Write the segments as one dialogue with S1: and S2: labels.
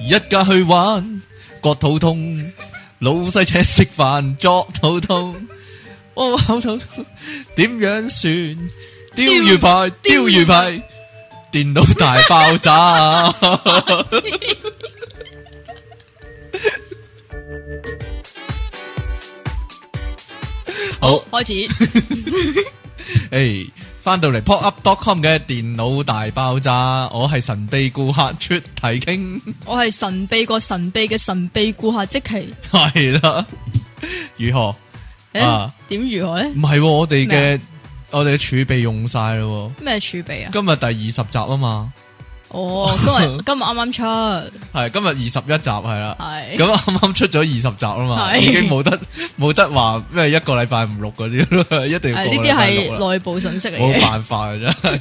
S1: 一家去玩，割肚痛，老細請食飯，作肚痛，我口肚痛，點樣算？鯛魚排，鯛魚排，電腦大爆炸啊！好，
S2: 開始
S1: 誒，翻到嚟 pop up dot com 嘅電腦大爆炸，我係神秘顧客出體傾。
S2: 我係神秘個神秘嘅神秘顧客即期，
S1: 系啦，如何？
S2: 誒
S1: 啊
S2: 點如何咧？
S1: 唔系、我哋
S2: 咩啊
S1: 嘅我哋嘅储备用晒咯
S2: 咩儲備啊
S1: 喎，？今日第二十集啊嘛，
S2: 哦，今日今日啱啱出，
S1: 系今日二十一集系啦，
S2: 係
S1: 咁啱啱出咗二十集啦嘛，
S2: 係
S1: 已經冇得冇得話咩一個禮拜唔錄嗰啲咯， 一定要
S2: 係
S1: 個
S2: 呢
S1: 禮
S2: 啲
S1: 拜錄啦
S2: 係內部信息嚟
S1: 冇
S2: 嘅，
S1: 辦法啊真係。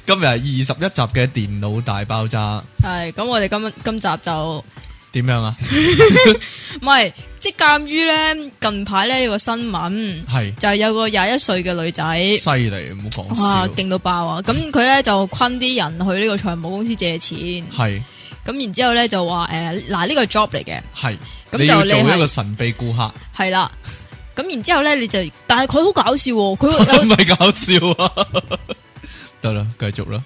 S1: 今日係二十一集嘅電腦大爆炸，
S2: 係咁我哋今今集就
S1: 點樣啊？
S2: 唔係即係鑑於咧近排咧有個新聞，
S1: 係
S2: 就係有個廿一歲嘅女仔。
S1: 犀利，唔好講
S2: 哇，
S1: 笑。
S2: 勁到爆啊！咁佢咧就昆啲人去呢個財務公司借錢，咁
S1: 係
S2: 然之後咧就話誒，嗱、呢、個 job 嚟嘅，
S1: 係，
S2: 咁
S1: 你要
S2: 就
S1: 做
S2: 你係
S1: 一個神秘顧客，
S2: 係啦。咁然之後咧，你就，但係佢好搞笑喎， 佢
S1: 唔
S2: 有，
S1: 係搞 笑啊！得啦，繼續啦，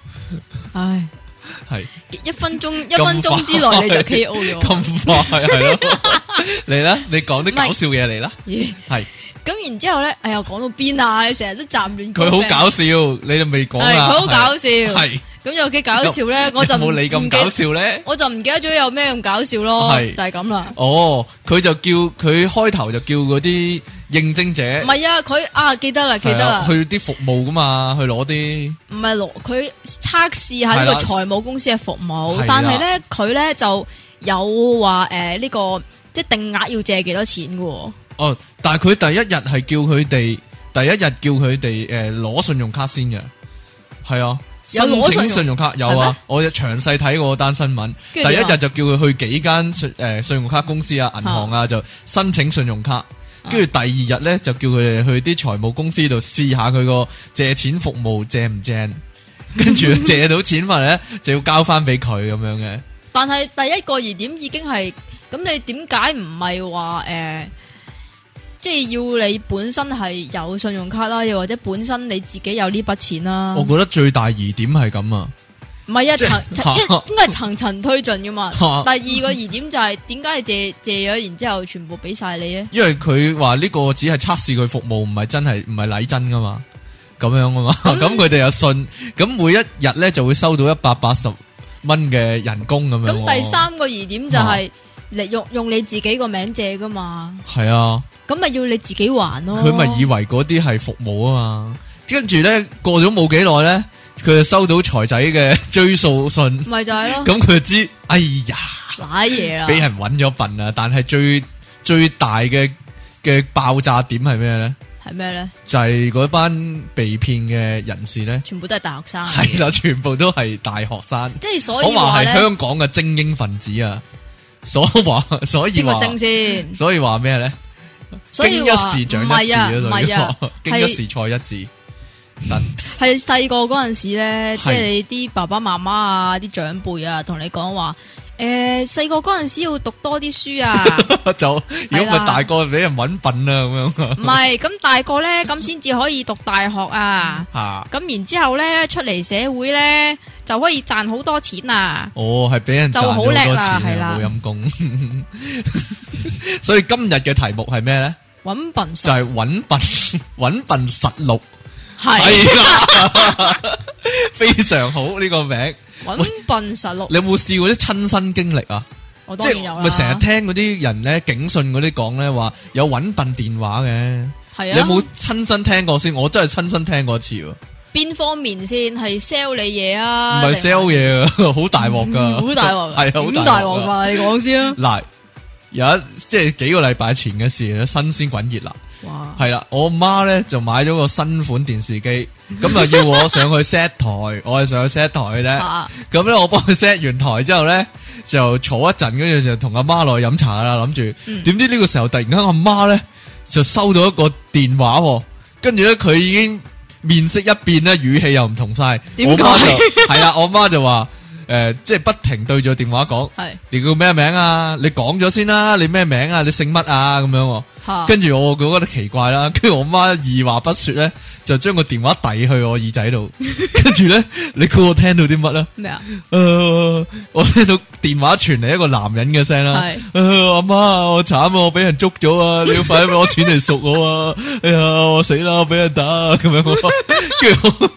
S2: 唉，
S1: 係。
S2: 一分鐘一分鐘之內你就 K.O. 咗。
S1: 咁快系 咯，嚟啦！你講啲
S2: 唔係
S1: 搞笑嘢嚟啦，
S2: 咦
S1: 係
S2: 咁然之後咧，哎呀，講到邊啊？你成日都站亂講
S1: 佢
S2: 咩。
S1: 好搞笑，你都未講
S2: 係，佢
S1: 啊！
S2: 好搞笑。
S1: 係，系
S2: 咁有幾搞笑咧？我就唔
S1: 冇你咁搞，笑咧
S2: 唔記。我就唔記得咗有咩咁搞笑咯，
S1: 係
S2: 就係咁啦。
S1: 哦，佢就叫佢開頭就叫嗰啲應徵者，
S2: 唔係啊，佢啊記得啦，記
S1: 係
S2: 得
S1: 啊
S2: 啦，
S1: 去啲服務噶嘛，去攞啲
S2: 唔係攞佢測試下呢個財務公司嘅服務
S1: 係啦，
S2: 但係咧佢咧就有話誒呢個即係定額要借幾多錢嘅喎，
S1: 哦。但係佢第一日係叫佢哋，第一日叫佢哋诶攞信用卡先嘅，係啊。
S2: 有
S1: 申
S2: 攞信
S1: 請
S2: 用
S1: 信用卡有
S2: 係
S1: 啊
S2: 咩，
S1: 我有詳細睇過嗰單新聞。第
S2: 跟住
S1: 一
S2: 點啊
S1: 日就叫佢去幾間信誒信用卡公司啊、銀行啊，就申請信用
S2: 啊
S1: 卡。跟住第二日咧，就叫佢哋去啲財務公司度試下佢個借錢服務正唔 正。跟住借到錢翻嚟咧，就要交翻俾佢咁樣嘅。
S2: 但係第一個疑點已經係咁，你點解唔係話誒？即係要你本身係有信用卡啦，又或者本身你自己有呢筆錢啦。
S1: 我覺得最大疑點係咁啊，
S2: 唔係啊，
S1: 即係
S2: 層 層因應該係層層推進噶嘛。
S1: 嚇
S2: 第二個疑點就係點解你借借咗，然之後全部俾晒你咧？
S1: 因為佢話呢個只係測試佢服務，唔係真係唔係禮真噶嘛，咁樣啊嘛。
S2: 咁
S1: 咁佢哋又信，咁每一日咧就會收到一百八十蚊嘅人工咁樣喎。
S2: 咁第三個疑點就係你用用你自己個名借噶嘛，
S1: 係啊。
S2: 咁咪要你自己還咯。
S1: 佢咪以為嗰啲係服務啊嘛，跟住咧過咗冇幾耐咧，佢就收到財仔嘅追訴信，
S2: 咪就係咯，
S1: 咁佢就知，哎呀，
S2: 濑嘢啦
S1: 俾。人揾咗笨啊！但係最最大嘅嘅爆炸點係咩咧？
S2: 係咩咧？
S1: 就係嗰班被騙嘅人士咧，
S2: 全部都係大學生，
S1: 係啦，全部都係大學生，
S2: 即係所
S1: 我
S2: 以
S1: 話
S2: 話咧
S1: 係，香港嘅精英分子啊，所話所以
S2: 邊
S1: 話
S2: 個正先？
S1: 所以話咩咧？
S2: 所以
S1: 經
S2: 話
S1: 啊一時
S2: 唔
S1: 長一
S2: 係
S1: 智
S2: 啊，唔係
S1: 啊
S2: 啊，，
S1: 經一
S2: 係
S1: 時錯一智。 得
S2: 係細個嗰陣時咧，即係
S1: 係
S2: 你啲爸爸媽媽啊、啲長輩啊，同你講話，誒細個嗰陣時要讀多啲書 啊，
S1: 就如果唔係大個俾人揾笨啦咁樣
S2: 唔係咁大個咧，咁先至可以讀大學啊。
S1: 吓。
S2: 咁然之後咧，出嚟社會咧就可以賺好多錢啊！
S1: 哦，係俾人賺咗好多
S2: 就好叻
S1: 錢啊，
S2: 啦
S1: 冇陰功。 所以今日嘅題目係咩咧？
S2: 揾笨
S1: 就
S2: 實
S1: 係揾笨 揾笨實錄，
S2: 係
S1: 係啦， 非常好呢個名。
S2: 揾笨實錄，
S1: 你有冇試過啲親身經歷啊？
S2: 我
S1: 即
S2: 當然有
S1: 係咪
S2: 啦。
S1: 成日聽嗰啲人咧警訊嗰啲講咧話有揾笨電話嘅？
S2: 係啊？
S1: 你有冇親身聽過先？我真係親身聽過一次喎，唔
S2: 邊方面先係 sell 你嘢啊？
S1: 係
S2: 定
S1: sell 嘢啊， 好大鑊噶，
S2: 嗯好大鑊㗎，
S1: 係啊，好
S2: 咁
S1: 大
S2: 大
S1: 鑊㗎。
S2: 鑊㗎，你講先啊！
S1: 嗱，有一即係幾個禮拜前嘅事啦，新鮮滾熱啦，
S2: 哇，
S1: 係啦，我媽咧就買咗個新款電視機，咁啊要我上去 set 台，我係上去 set 台嘅咧，
S2: 啊
S1: 咁咧我幫佢 set 完台之後咧就坐一陣，跟住就同阿媽落去飲茶啦，諗住，
S2: 嗯
S1: 點知呢個時候突然間阿媽咧就收到一個電話喎，跟住咧佢已經面色一變咧，語氣又唔同晒，
S2: 點
S1: 我媽啊
S2: 解
S1: 就係啦，我媽就話。誒、诶，即系不停對住個電話講，
S2: 系
S1: 你叫咩名啊？你講咗先啦，你咩名啊？你姓乜啊？咁樣喎。
S2: 吓，
S1: 跟住我覺得奇怪啦，跟住我媽二話不说咧，就將個電話遞去我耳仔度，跟住咧，你估我聽到啲乜啦？
S2: 咩啊？
S1: 诶、我聽到電話傳嚟一個男人嘅聲啦
S2: 係。
S1: 誒阿媽，我慘啊，我俾人捉咗啊！你要快啲俾我錢嚟赎我啊！哎呀，我死啦，我俾人打啊咁樣喎。跟住我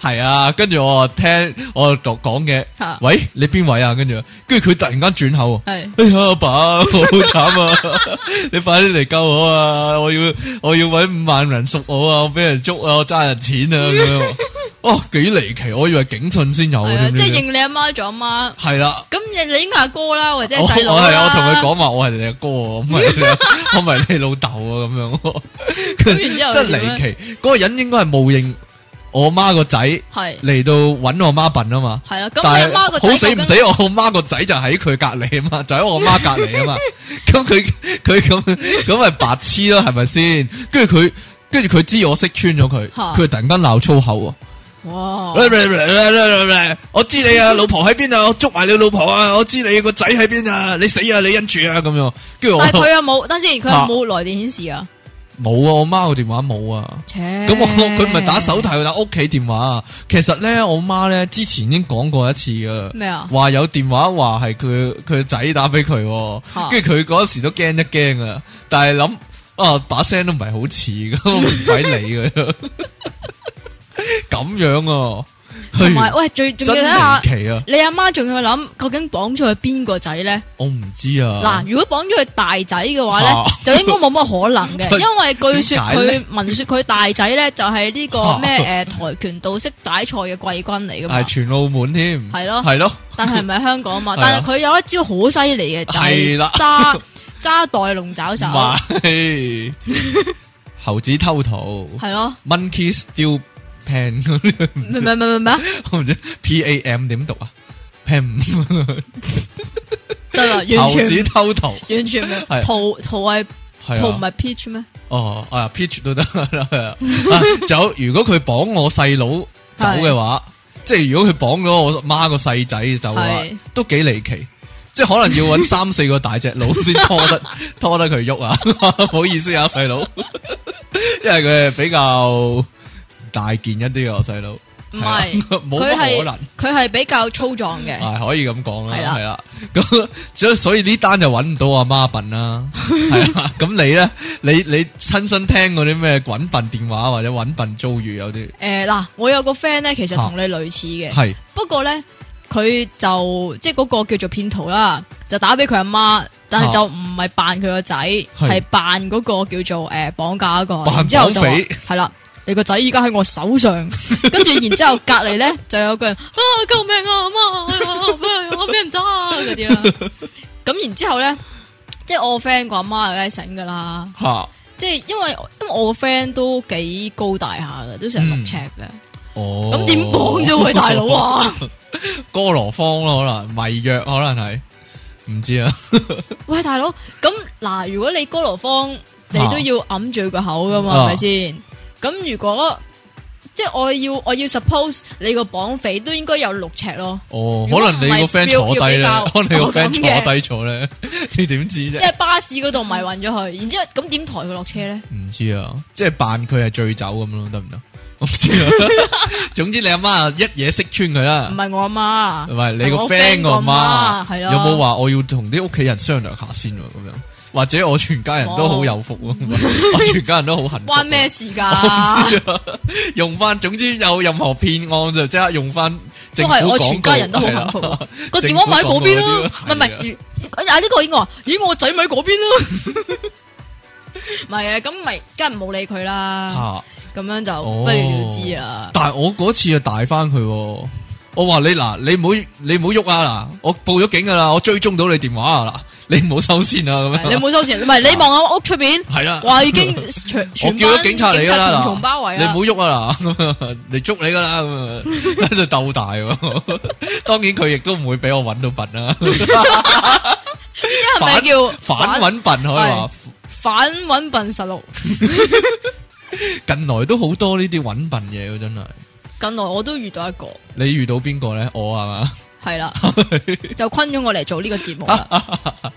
S1: 係啊，跟住我聽我講嘅
S2: 嚇，
S1: 喂，你邊位啊？跟住，跟住佢突然間轉口喎。
S2: 系
S1: 哎呀，阿爸，我好惨啊！ 你快啲嚟救我啊！我要我要搵五万人赎我啊！我俾人捉啊！我揸人钱啊！咁 样，哦，几离奇！我以为警訊先有
S2: 系
S1: 啊
S2: 啊，
S1: 添
S2: 即
S1: 呢
S2: 系
S1: 啲
S2: 认你阿媽做阿媽。
S1: 係啦。
S2: 咁你你应该阿哥啦，或者
S1: 我我
S2: 细
S1: 系
S2: 佬啊
S1: 哦啊我同佢
S2: 讲
S1: 講話，我係你阿哥啊，我唔係 你我唔係你老豆啊，咁樣喎，
S2: 咁然之後
S1: 真係
S2: 點咧啊
S1: 離奇。嗰個人應該係冒認我媽個仔
S2: 係
S1: 嚟到揾我媽笨啊嘛。
S2: 係啦，咁
S1: 但
S2: 你
S1: 係
S2: 阿媽
S1: 好
S2: 個仔
S1: 死
S2: 究
S1: 唔
S2: 竟
S1: 死，我媽個仔就喺佢隔離啊嘛， 就喺我媽隔離啊 嘛。咁佢佢咁咁咪白痴咯，係咪先？跟住佢跟住佢知我識穿咗佢，
S2: 嚇
S1: 佢突然間鬧粗口
S2: 哇哦
S1: 喎！ 我知你啊，老婆喺邊啊，我捉埋你老婆啊！我知你個仔喺邊啊，你死啊，你因住啊咁樣。跟住我
S2: 但係佢又冇，等先，佢
S1: 嚇
S2: 又冇來電顯示啊。
S1: 冇啊，我媽個電話冇啊。
S2: 切
S1: 咁我
S2: 嗯
S1: 佢唔係打手提，佢打屋企電話啊。其實咧，我媽咧之前已經講過一次噶。
S2: 咩啊？
S1: 話有電話話係佢佢仔打俾佢
S2: 嚇
S1: 喎，跟住佢嗰時都驚一驚啊！但係諗啊把聲都唔係好似 咁，唔鬼理佢。 咁樣啊，
S2: 同埋
S1: 嘿
S2: 喂，最仲
S1: 真
S2: 要睇下
S1: 離奇啊！
S2: 你阿媽仲要諗究竟綁咗佢邊個仔咧？
S1: 我唔知啊
S2: 嗱，，如果綁咗佢大仔嘅話咧
S1: 嚇，
S2: 就應該冇乜可 能嘅，因為據
S1: 點
S2: 說
S1: 解咧
S2: 佢聞說佢大仔咧就係呢個
S1: 嚇
S2: 咩诶跆拳道式打賽嘅季軍嚟噶嘛
S1: 係，全澳門添，
S2: 啊係咯
S1: 係咯，
S2: 但係唔係香 港嘛？
S1: 係啊
S2: 但係佢有一招好犀利嘅，就
S1: 係啦
S2: 揸揸袋龍爪手，
S1: 唔係 猴子偷桃
S2: 係咯，
S1: ，monkey steal pen 嗰啲
S2: 明唔明明唔明啊？
S1: 我唔知 P A M 點讀啊？pen
S2: 得 啦，完
S1: 猴子
S2: 全
S1: 偷桃。
S2: 完全明
S1: 係
S2: 圖圖係
S1: 係啊
S2: 圖唔係 pitch 咩？
S1: 哦，啊 pitch 都得啦，係啊啊走。如果佢綁我細佬走嘅話，即係如果佢綁咗我媽個細仔走嘅
S2: 係
S1: 話，都幾離奇。即係可能要揾三四個大隻佬先拖 得拖得佢喐啊！ 唔好意思啊，細佬，因為佢係比較大件一啲嘅我細佬，
S2: 唔
S1: 係啊
S2: 係，
S1: 冇
S2: 佢
S1: 乜可能啊
S2: 係。佢係比較粗壯嘅，
S1: 系可以咁講啦，
S2: 係啦
S1: 係啦，咁所以所以呢單就揾唔到阿媽笨啦， 係啦，咁你咧，你你親身聽嗰啲咩滾笨電話或者揾笨遭遇有 啲
S2: 诶嗱，我有個 friend 咧，其實
S1: 嚇
S2: 同你類似嘅，
S1: 係
S2: 不過咧佢就即係嗰個叫做騙徒啦，就打俾佢阿媽，但係
S1: 嚇
S2: 就唔係扮佢個仔，係扮嗰個叫做诶綁架嗰個，
S1: 扮
S2: 然之后就話
S1: 綁匪
S2: 係啦。你個仔而家喺我手上， 跟住然之後隔離咧就有個人啊救命啊阿媽哎呀哎呀我俾人打啊嗰 啲啦，咁然之後咧，即係我 friend 個阿媽梗係醒噶啦，
S1: 吓
S2: 即系因为因为我 friend 都几高大下嘅，都成六尺嘅，
S1: 嗯哦，
S2: 咁点讲啫喂大佬啊？
S1: 哥羅芳咯，可能迷藥可能係唔知啊，
S2: 喂大佬，咁嗱，如果你哥罗芳，你都要揞住个口噶嘛，
S1: 啊
S2: 系咪先？咁如果即系我要我要 suppose 你个绑匪都应该有六尺咯，
S1: 哦，
S2: 如
S1: 可
S2: 果
S1: 能你
S2: 唔
S1: 個
S2: 係
S1: friend
S2: 要
S1: 坐低咧
S2: 要比較，
S1: 可能你個
S2: 哦咁
S1: friend 坐
S2: 嘅
S1: 低咗咧，你點知
S2: 即
S1: 啫？
S2: 系巴士嗰度迷晕咗佢，然之后咁点抬佢落车咧？
S1: 唔知啊，即係扮佢係醉酒咁咯，得唔得？我唔知 啊，總之你阿媽一嘢識穿佢啦
S2: 唔。系我阿妈，
S1: 唔係你個
S2: 係我
S1: friend 個媽，
S2: 係
S1: 有
S2: 咯
S1: 冇話我要同啲屋企人商量下先喎？咁樣或者我全家人都好有福喎， 我全家人都好幸福。啊
S2: 关咩？事噶？
S1: 用翻，總之有任何騙案就即刻用翻
S2: 都
S1: 政府
S2: 係我
S1: 廣
S2: 全
S1: 告
S2: 家人都好幸福
S1: 係啊
S2: 喎
S1: 啦，
S2: 個電話咪喺嗰邊咯，
S1: 政府廣告嗰啲
S2: 唔係唔係，咦啊呢個應該話，咦我個仔咪喺嗰邊咯， 唔係啊，咁咪梗係冇理佢啦，
S1: 嚇
S2: 咁樣就
S1: 啊哦
S2: 啊不了了之啊，
S1: 但係我嗰次就大翻佢喎，我話你嗱，你唔好你唔好喐啊嗱，我報咗警噶啦，我追蹤到你電話啊嗱，你唔好收線啊咁
S2: 係你
S1: 樣。
S2: 冇收錢，唔係你望下屋出邊，
S1: 係啦，
S2: 哇已經全
S1: 我
S2: 全
S1: 叫咗
S2: 班
S1: 警察嚟噶
S2: 重
S1: 啦，
S2: 重包圍
S1: 你唔
S2: 啦
S1: 好，喐啊嗱， 嚟捉你噶啦，咁啊，喺度 鬥大喎。 當然佢亦都唔會俾我揾到笨啦，
S2: 即係咪叫
S1: 反揾笨可以話。
S2: 反揾笨實錄？
S1: 近來都好多呢啲揾笨嘢喎，真係。
S2: 近來我都遇到一個，
S1: 你遇到邊個咧？我係嘛？
S2: 系啦，就昆咗我嚟做呢个节目啦。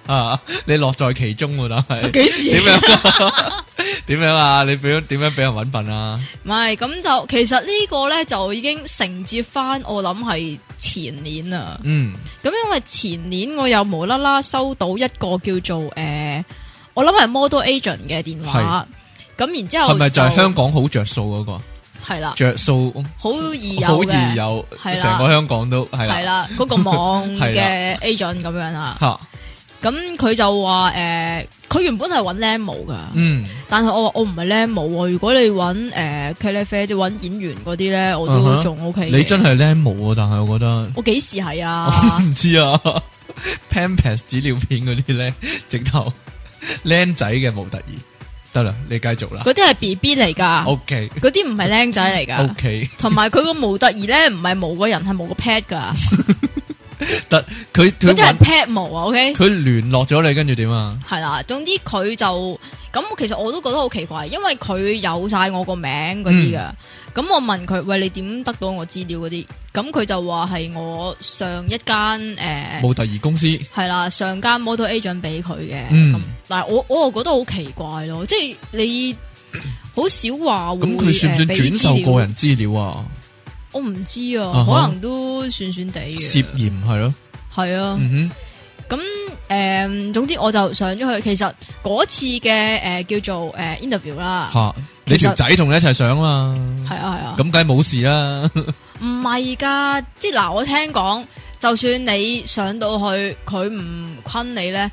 S1: 啊，你樂在其中喎，但係
S2: 几时？
S1: 啊點樣？ 點樣啊？你俾點樣俾人揾笨啊？
S2: 唔系咁就，其实呢个咧就已经承接翻，我谂系前年啦。
S1: 嗯，
S2: 咁因為前年我又無啦啦收到一個叫做诶、呃我諗係 model agent 嘅電話，咁然之后
S1: 係咪就係
S2: 係
S1: 香港好着數嗰個？
S2: 系啦，
S1: 着數
S2: 好易有
S1: 好易
S2: 嘅，
S1: 有，
S2: 係啦
S1: 成個香港都係
S2: 係
S1: 啦。
S2: 啦，嗰個 網
S1: 係
S2: 嘅 agent 咁樣啦。
S1: 吓，
S2: 咁佢就話诶，佢、原本係揾僆模噶，
S1: 嗯，
S2: 但係我話我唔係僆模喎。如果你揾诶 c a l i f e 揾演員嗰啲咧，我都仲 OK 嘅。
S1: 嗯你真係靚模啊！但係我覺得。
S2: 我幾時係
S1: 我
S2: 啊？
S1: 唔知啊，Pampers 紙尿片嗰啲咧，直頭僆仔嘅模特兒得啦，你繼續啦。
S2: 嗰啲係 B B 嚟㗎，
S1: O K
S2: 嗰啲唔係僆仔嚟㗎
S1: O。K，
S2: 同埋佢個模特兒咧，唔係模個人，係模個 pad 噶，
S1: 得佢佢
S2: 嗰啲係
S1: 搵
S2: pad 模啊，OK，
S1: 佢聯絡咗你，跟住點啊？
S2: 係啦。總之佢就咁，其實我都覺得好奇怪，因為佢有晒我個名嗰
S1: 嗯
S2: 啲噶。咁、我問佢，喂，你點得到我資料嗰啲？咁佢就話係我上一間誒
S1: 模特兒公司
S2: 係啦，上間 model agent 俾佢嘅。
S1: 嗯
S2: 咁但係我我又覺得好奇怪咯，即係你好少話會
S1: 咁，佢算唔算
S2: 誒俾
S1: 轉
S2: 資
S1: 售
S2: 料
S1: 個人資料啊？
S2: 我唔知啊
S1: 啊哈
S2: 可能都算算地
S1: 涉
S2: 嘅，
S1: 嫌係咯，
S2: 係啊。
S1: 嗯哼，
S2: 咁诶、
S1: 嗯
S2: 誒總之我就上咗去。其實嗰次嘅诶、誒叫做诶、誒 interview 啦，
S1: 吓你條仔同你一齊上啊嘛，
S2: 係啊係啊，
S1: 咁梗係冇事啦。
S2: 唔係㗎，即系嗱，我聽講，就算你上到去，佢唔昆你咧，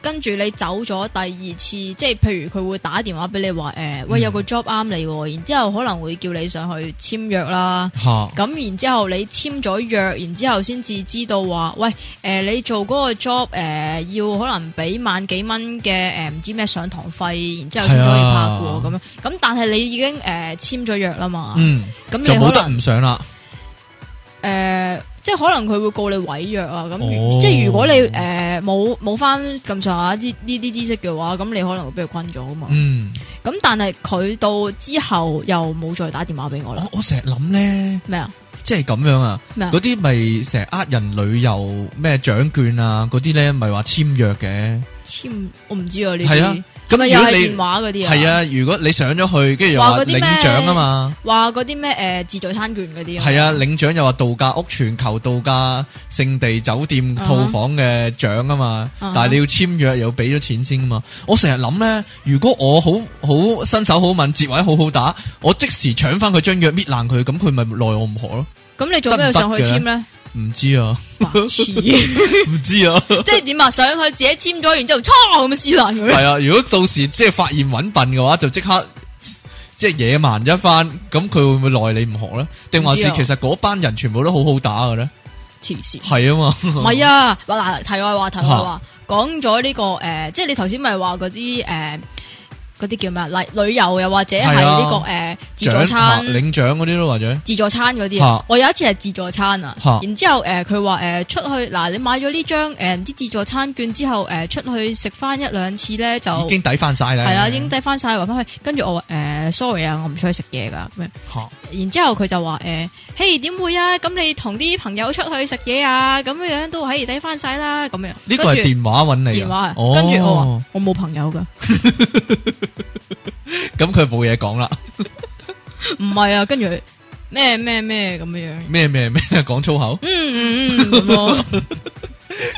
S2: 跟住你走咗第二次，即係譬如佢會打電話俾你話诶、誒喂
S1: 嗯
S2: 有個 job 啱你，喎，然之后可能會叫你上去簽約啦。
S1: 吓
S2: 咁然之後你簽咗約，然之後先至知道話，喂，誒、你做嗰個 job 誒、要可能俾萬幾蚊嘅誒唔知咩上堂費，然之後先至可以拍
S1: 係啊
S2: 喎咁樣。咁但係你已經誒、簽咗約啦嘛，咁、
S1: 嗯，
S2: 你
S1: 就冇
S2: 可
S1: 得
S2: 能誒、
S1: 唔上啦。
S2: 呃即係可能佢會告你毀約啊。咁、
S1: 哦
S2: 即係如果你誒冇冇翻咁上下啲呢啲知識嘅話，咁你可能會俾佢困咗啊嘛。
S1: 嗯，
S2: 咁、但係佢到之後又冇再打電話俾我啦
S1: 我。我成日諗咧，
S2: 咩啊
S1: 即係咁樣啊。
S2: 咩啊
S1: 嗰？啲咪成日呃人旅遊咩獎券啊，嗰啲咧咪話簽約嘅。
S2: 簽我唔知啊呢
S1: 係
S2: 啲
S1: 啊。咁
S2: 咪
S1: 如
S2: 又
S1: 果
S2: 係電
S1: 你
S2: 話嗰啲啊？
S1: 係，啊，如果你上咗去，跟住又
S2: 話
S1: 話
S2: 嗰啲咩
S1: 領獎啊嘛，
S2: 話嗰啲咩誒自助餐券嗰啲
S1: 係啊，領獎又話度假屋全球度假勝地酒店
S2: 啊哈
S1: 套房嘅獎啊嘛，
S2: 啊哈
S1: 但係你要簽約又俾咗錢先啊嘛。我成日諗咧，如果我好好身手好敏捷或者好好打，我即時搶翻佢張約搣爛佢，咁佢咪奈我唔何咯？
S2: 咁你做咩要上去簽咧？
S1: 唔知啊，
S2: 白 痴，即
S1: 唔知啊。
S2: 係點啊？上去自己簽咗，然之後搓咁撕爛
S1: 系
S2: 佢。
S1: 啊，如果到时即系发现揾笨嘅话，就即刻即系野蛮一番，咁佢会唔会耐你唔學咧？定
S2: 唔
S1: 还
S2: 知
S1: 是
S2: 啊
S1: 其实嗰班人全部都好好打嘅咧？
S2: 黐線，
S1: 系啊嘛，
S2: 唔係啊！嗱，題外話，題外話，講咗呢個誒，即係你頭先咪話嗰啲誒。嗰啲叫咩啊？旅旅遊又或者係
S1: 係啊
S2: 呢個誒自助
S1: 奖
S2: 餐、
S1: 领奖啊嗰啲咯，或者
S2: 自助餐嗰啲啊
S1: 嚇。
S2: 我有一次係自助餐啊
S1: 嚇，
S2: 然之後誒佢話誒出去嗱，你買咗呢張誒唔知自助餐券之後誒出去食翻一兩次咧就
S1: 已经抵翻晒啦。
S2: 系啦，已經低翻晒，話翻去。跟住我話诶，sorry 啊，我唔出去食嘢噶咁樣。
S1: 嚇
S2: 然之后佢就話诶，嘿點會啊？咁你同啲朋友出去食嘢啊？咁樣样都係低翻晒啦，咁樣。
S1: 呢个系
S2: 跟住
S1: 电话揾你
S2: 電
S1: 㗎
S2: 話啊，
S1: 哦
S2: 跟住我話我冇朋友噶，
S1: 咁佢冇嘢讲啦，
S2: 唔係啊。跟住佢咩咩咩咁樣樣。
S1: 咩咩咩讲粗口
S2: 嗯嗯嗯咁 咯，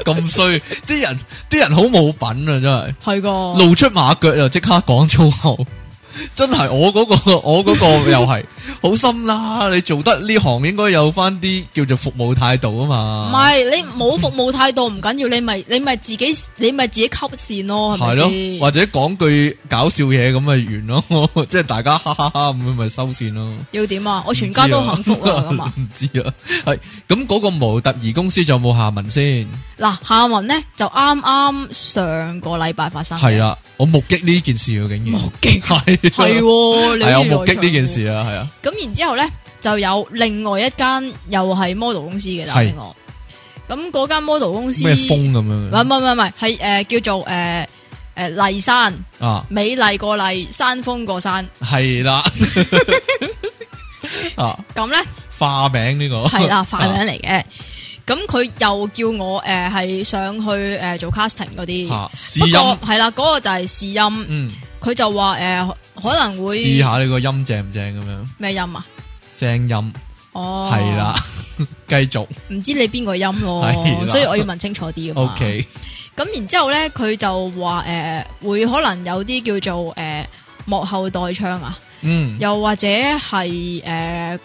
S1: 咁衰，啲人啲人好冇品啊，真系。
S2: 係個
S1: 露出馬腳又即刻講粗口， 真係我嗰、個 我嗰個又係 好心啦！你做得呢行應該有翻啲叫做服務態度啊
S2: 唔
S1: 嘛，
S2: 係你冇服務態度唔緊要，你咪你咪自己你咪自己吸線咯，係咪
S1: 係
S2: 先
S1: 咯，？或者講句搞笑嘢咁咪完咯， 即係大家哈哈哈咁樣咪收線咯。
S2: 要點啊？我全家都幸福啊咁啊！
S1: 唔知啊，係咁嗰個模特兒公司仲有冇下文先？
S2: 嗱，下文咧就啱啱上個禮拜發生嘅，
S1: 係啦，我目擊呢件事啊，竟然
S2: 啊目擊
S1: 係
S2: 係喎，你
S1: 係啊，
S2: 好
S1: 我
S2: 似
S1: 目
S2: 在
S1: 擊呢件事啊，係啊，
S2: 場喎。咁然之後咧，就有另外一間又係 model 公司嘅打俾我。咁嗰間 model 公司
S1: 咩風咁樣
S2: 唔係唔係唔係唔係係誒叫做誒誒麗山
S1: 啊？
S2: 美麗過麗，山峰過山。
S1: 系 啦，啊
S2: 咁咧
S1: 化名呢、個个
S2: 係啦，化名嚟嘅。咁佢又叫我诶系上去诶做 casting 嗰啲，
S1: 吓试
S2: 不
S1: 音，
S2: 過係啦，嗰個就係試音，
S1: 嗯，
S2: 佢就話诶可能
S1: 试
S2: 會
S1: 下你个音正唔正咁样，
S2: 咩音啊？
S1: 声音
S2: 哦，
S1: 系啦， 继续
S2: 唔知你邊個音咯
S1: 係，啦
S2: 所以我要問清楚啲㗎嘛。
S1: ，OK，
S2: 咁然之後咧，佢就話诶、呃、會可能有啲叫做诶、呃幕後代唱啊，
S1: 嗯，
S2: 又或者係诶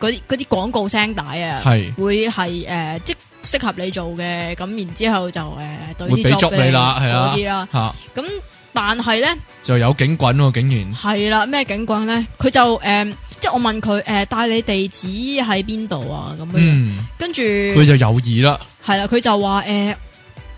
S2: 嗰啲嗰啲廣告聲帶啊，
S1: 系
S2: 會係诶、呃即適合你做嘅，咁然之後就诶對
S1: 會俾
S2: 啲
S1: job 你啦係啊啦
S2: 嗰啲啦。
S1: 吓，
S2: 咁但係咧
S1: 就有警棍喎，竟然
S2: 係啦，咩警棍咧？佢就诶、呃即係我問佢诶帶你地址喺邊度啊？咁樣，
S1: 嗯，
S2: 跟住
S1: 佢就有意啦，
S2: 係啦，佢就話诶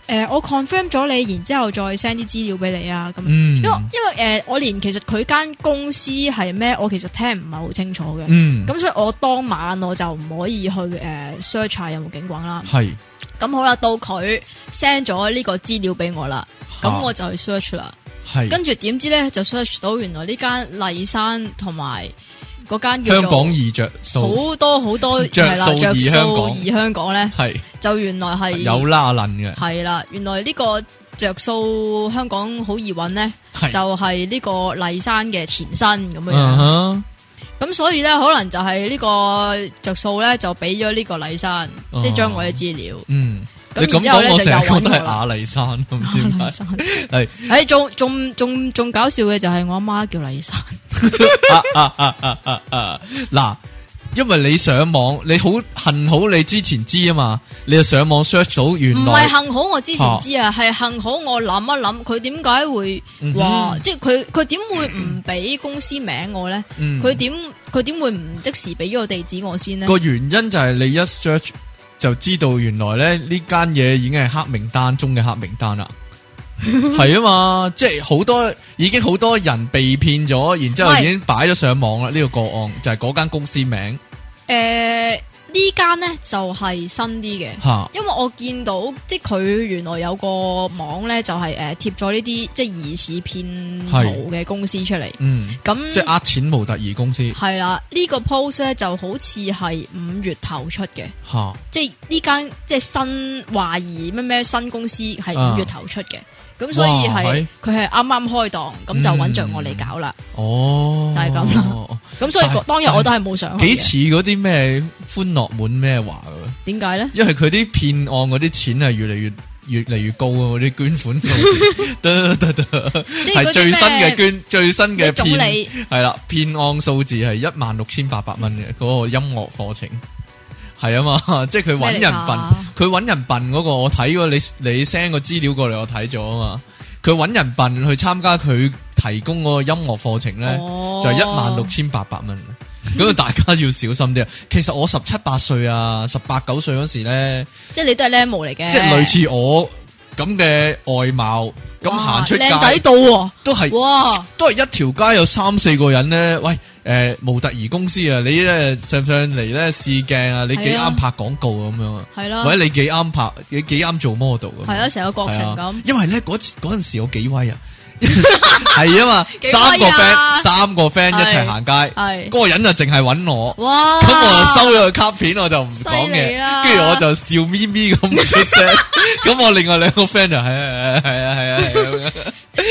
S2: 诶我 confirm 咗你，然之後再 send 啲資料俾你啊咁。
S1: 嗯
S2: 因為，因为诶、呃我連其實佢間公司係咩，我其實聽唔係好清楚嘅。
S1: 嗯，
S2: 咁、所以我當晚我就唔可以去诶、呃 search 下有冇警棍啦。
S1: 系，
S2: 咁好啦，到佢 send 咗呢個資料俾我啦，咁
S1: 嚇
S2: 我就去 search 啦。
S1: 系
S2: 跟住點知咧就 search 到原來呢間麗山同埋嗰間叫
S1: 香
S2: 做
S1: 港易着數，
S2: 好多好多
S1: 着
S2: 係啦
S1: 數
S2: 着
S1: 易
S2: 數
S1: 香港
S2: 而香港咧，
S1: 系
S2: 就原來係
S1: 有拉楞嘅，
S2: 係啦，原來呢個着數香港好易揾咧。
S1: 系，
S2: 就啊係呢個麗山嘅前身咁樣
S1: 嗯
S2: 樣，
S1: 哼，
S2: 咁所以咧可能就係呢個着數咧就俾咗呢個麗山，
S1: 哦
S2: 即係將我嘅資料。
S1: 嗯，你
S2: 咁
S1: 咁
S2: 然之後
S1: 講
S2: 咧
S1: 我
S2: 就
S1: 成
S2: 又
S1: 日覺
S2: 揾
S1: 得
S2: 我
S1: 係
S2: 啦。
S1: 阿里山，唔知點
S2: 麗
S1: 解，
S2: 山，
S1: 係
S2: 誒仲仲仲仲搞笑嘅就係我阿媽叫麗山，
S1: 嗱，因為你上網，你好幸好你之前知啊嘛，你就上網 search 到原
S2: 唔係
S1: 來哦
S2: 幸好我之前知啊，係幸好我諗一諗佢點解會
S1: 嗯哼
S2: 話，即係佢佢點會唔俾公司名我咧？
S1: 嗯
S2: 佢點佢點會唔即時俾咗個地址我先呢？
S1: 個原因就係你一 search 就知道原來咧呢間嘢已經係黑名單中嘅黑名單 啦。係啊嘛，即係好多已經好多人被騙咗，然之后
S2: 喂
S1: 已經擺咗上網啦。呢、個個案就係嗰間公司名
S2: 誒呢間呢就係新啲嘅。
S1: 吓，嚇
S2: 因為我見到即係佢原來有個網咧，就係誒貼咗呢啲即係疑似騙徒嘅公司出嚟。
S1: 嗯，即係
S2: 咁
S1: 呃錢模特兒公司
S2: 係啦，呢、個 post 咧就好似係五月頭出嘅，
S1: 吓，嚇
S2: 即係呢間即係新懷疑咩咩新公司係
S1: 啊
S2: 五月頭出嘅。咁所以
S1: 哇係
S2: 係佢係啱啱開檔，咁就揾着我嚟搞啦。
S1: 哦，
S2: 就係咁啦咁所以
S1: 但係
S2: 個當日我都係冇上去
S1: 幾
S2: 嘅。
S1: 似嗰啲咩歡樂滿咩華嘅，
S2: 點解咧？
S1: 因為佢啲騙案嗰啲錢係越嚟越越嚟越高啊！嗰啲捐款 數得得得，
S2: 即係嗰
S1: 係
S2: 啲
S1: 最新嘅
S2: 咩
S1: 捐最新嘅
S2: 咩總
S1: 騙
S2: 理
S1: 係啦，騙案數字係一萬六千八百蚊嘅嗰個音樂課程。係啊嘛， 即係佢揾
S2: 咩嚟
S1: 人笨
S2: 㗎，
S1: 佢揾人笨嗰、個我睇過，你你 send 個資料過嚟我睇咗啊嘛，佢揾人笨去參加佢提供嗰個音樂課程咧。
S2: 哦
S1: 就係一萬六千八百蚊。咁啊，大家要小心啲啊！其實我十七八歲啊，十八九歲嗰時咧，
S2: 即係你都係 level 嚟嘅，
S1: 即係類似我咁嘅外貌，咁
S2: 哇
S1: 行出街
S2: 靚仔到喎，
S1: 都係
S2: 哇！
S1: 都係一條街有三四個人咧。喂，诶、模特兒公司啊，你咧上唔上嚟咧試鏡啊？你幾
S2: 係啊
S1: 啱拍廣告啊咁樣啊？
S2: 系啦
S1: 或，者你幾啱拍，你幾啱做 model 咁樣
S2: 系啦，成個國情
S1: 係啊
S2: 咁，
S1: 因為咧嗰次嗰阵时我幾威啊， 係啊嘛，
S2: 幾威啊
S1: 三個 friend 三個 friend 一齊行街，
S2: 係
S1: 嗰個人就淨係揾我，
S2: 哇！
S1: 咁我就收咗個卡片，我就唔講
S2: 犀利
S1: 嘅，
S2: 啦
S1: 跟住我就笑眯眯咁唔出聲，咁我另外兩個 friend 就係啊係啊係啊係啊係啊，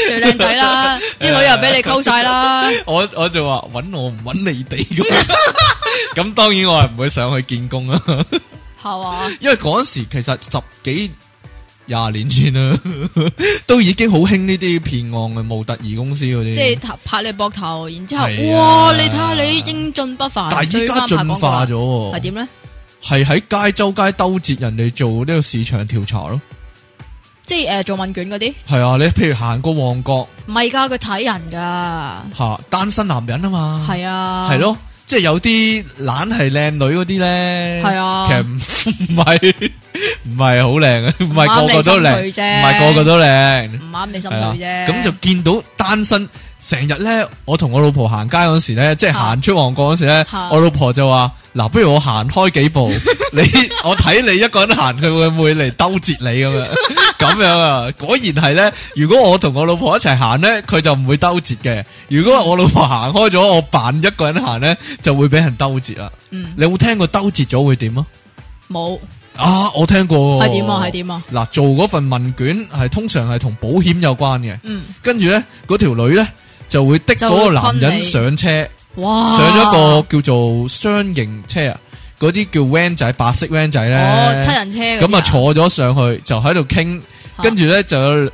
S2: 最 靚仔啦，啲女又俾你溝晒啦，
S1: 我我就話揾我唔揾你哋咁，咁當然我係唔會上去見工啦，
S2: 係嘛？
S1: 因為嗰阵时其實十幾廿年前啦，都已經好興呢啲騙案嘅模特兒公司嗰啲，
S2: 即係拍你膊頭，然之后
S1: 係啊
S2: 哇！你睇下你英俊不凡，
S1: 但係依家進化咗喎，
S2: 系点咧？
S1: 係喺街周街兜截人哋做呢個市場調查咯。
S2: 即係诶做問卷嗰啲，
S1: 係啊，你譬如行過旺角
S2: 唔係㗎，佢睇人㗎，
S1: 吓，單身男人啊嘛，
S2: 係啊，
S1: 係，咯，即係有啲懶係靚女嗰啲咧，
S2: 係啊
S1: 其實唔 唔係唔係好靚嘅，啊唔係個個都
S2: 唔啱
S1: 靚，
S2: 你
S1: 唔
S2: 心水啫
S1: 係個個都靚
S2: 唔，啱你心水
S1: 係啦，
S2: 啫。
S1: 咁就見到單身成日咧，我同我老婆行街嗰時咧，即係行出旺角嗰時咧
S2: 嚇，
S1: 我老婆就話：嗱，不如我行開幾 步，你我睇你一個人行，佢會唔會嚟兜截你咁 樣？咁樣啊，果然係咧。如果我同我老婆一齊行咧，佢就唔會兜截嘅。如果我老婆行開咗，我扮一個人行咧，就會俾人兜截啦。
S2: 嗯
S1: 你有冇聽過兜截咗會點啊？
S2: 冇
S1: 啊，我聽過
S2: 係點啊？係點啊？
S1: 嗱，做嗰份問卷係通常係同保險有關嘅，
S2: 嗯，
S1: 跟住咧嗰條女咧就會的嗰個男
S2: 就會昆你
S1: 人上車。
S2: 哇！
S1: 上咗一個叫做雙型車啊，嗰啲叫 van 仔，白色 van 仔咧，
S2: 哦七人車嗰啲
S1: 咁啊坐咗上去就喺度傾，
S2: 啊
S1: 跟住咧就誒，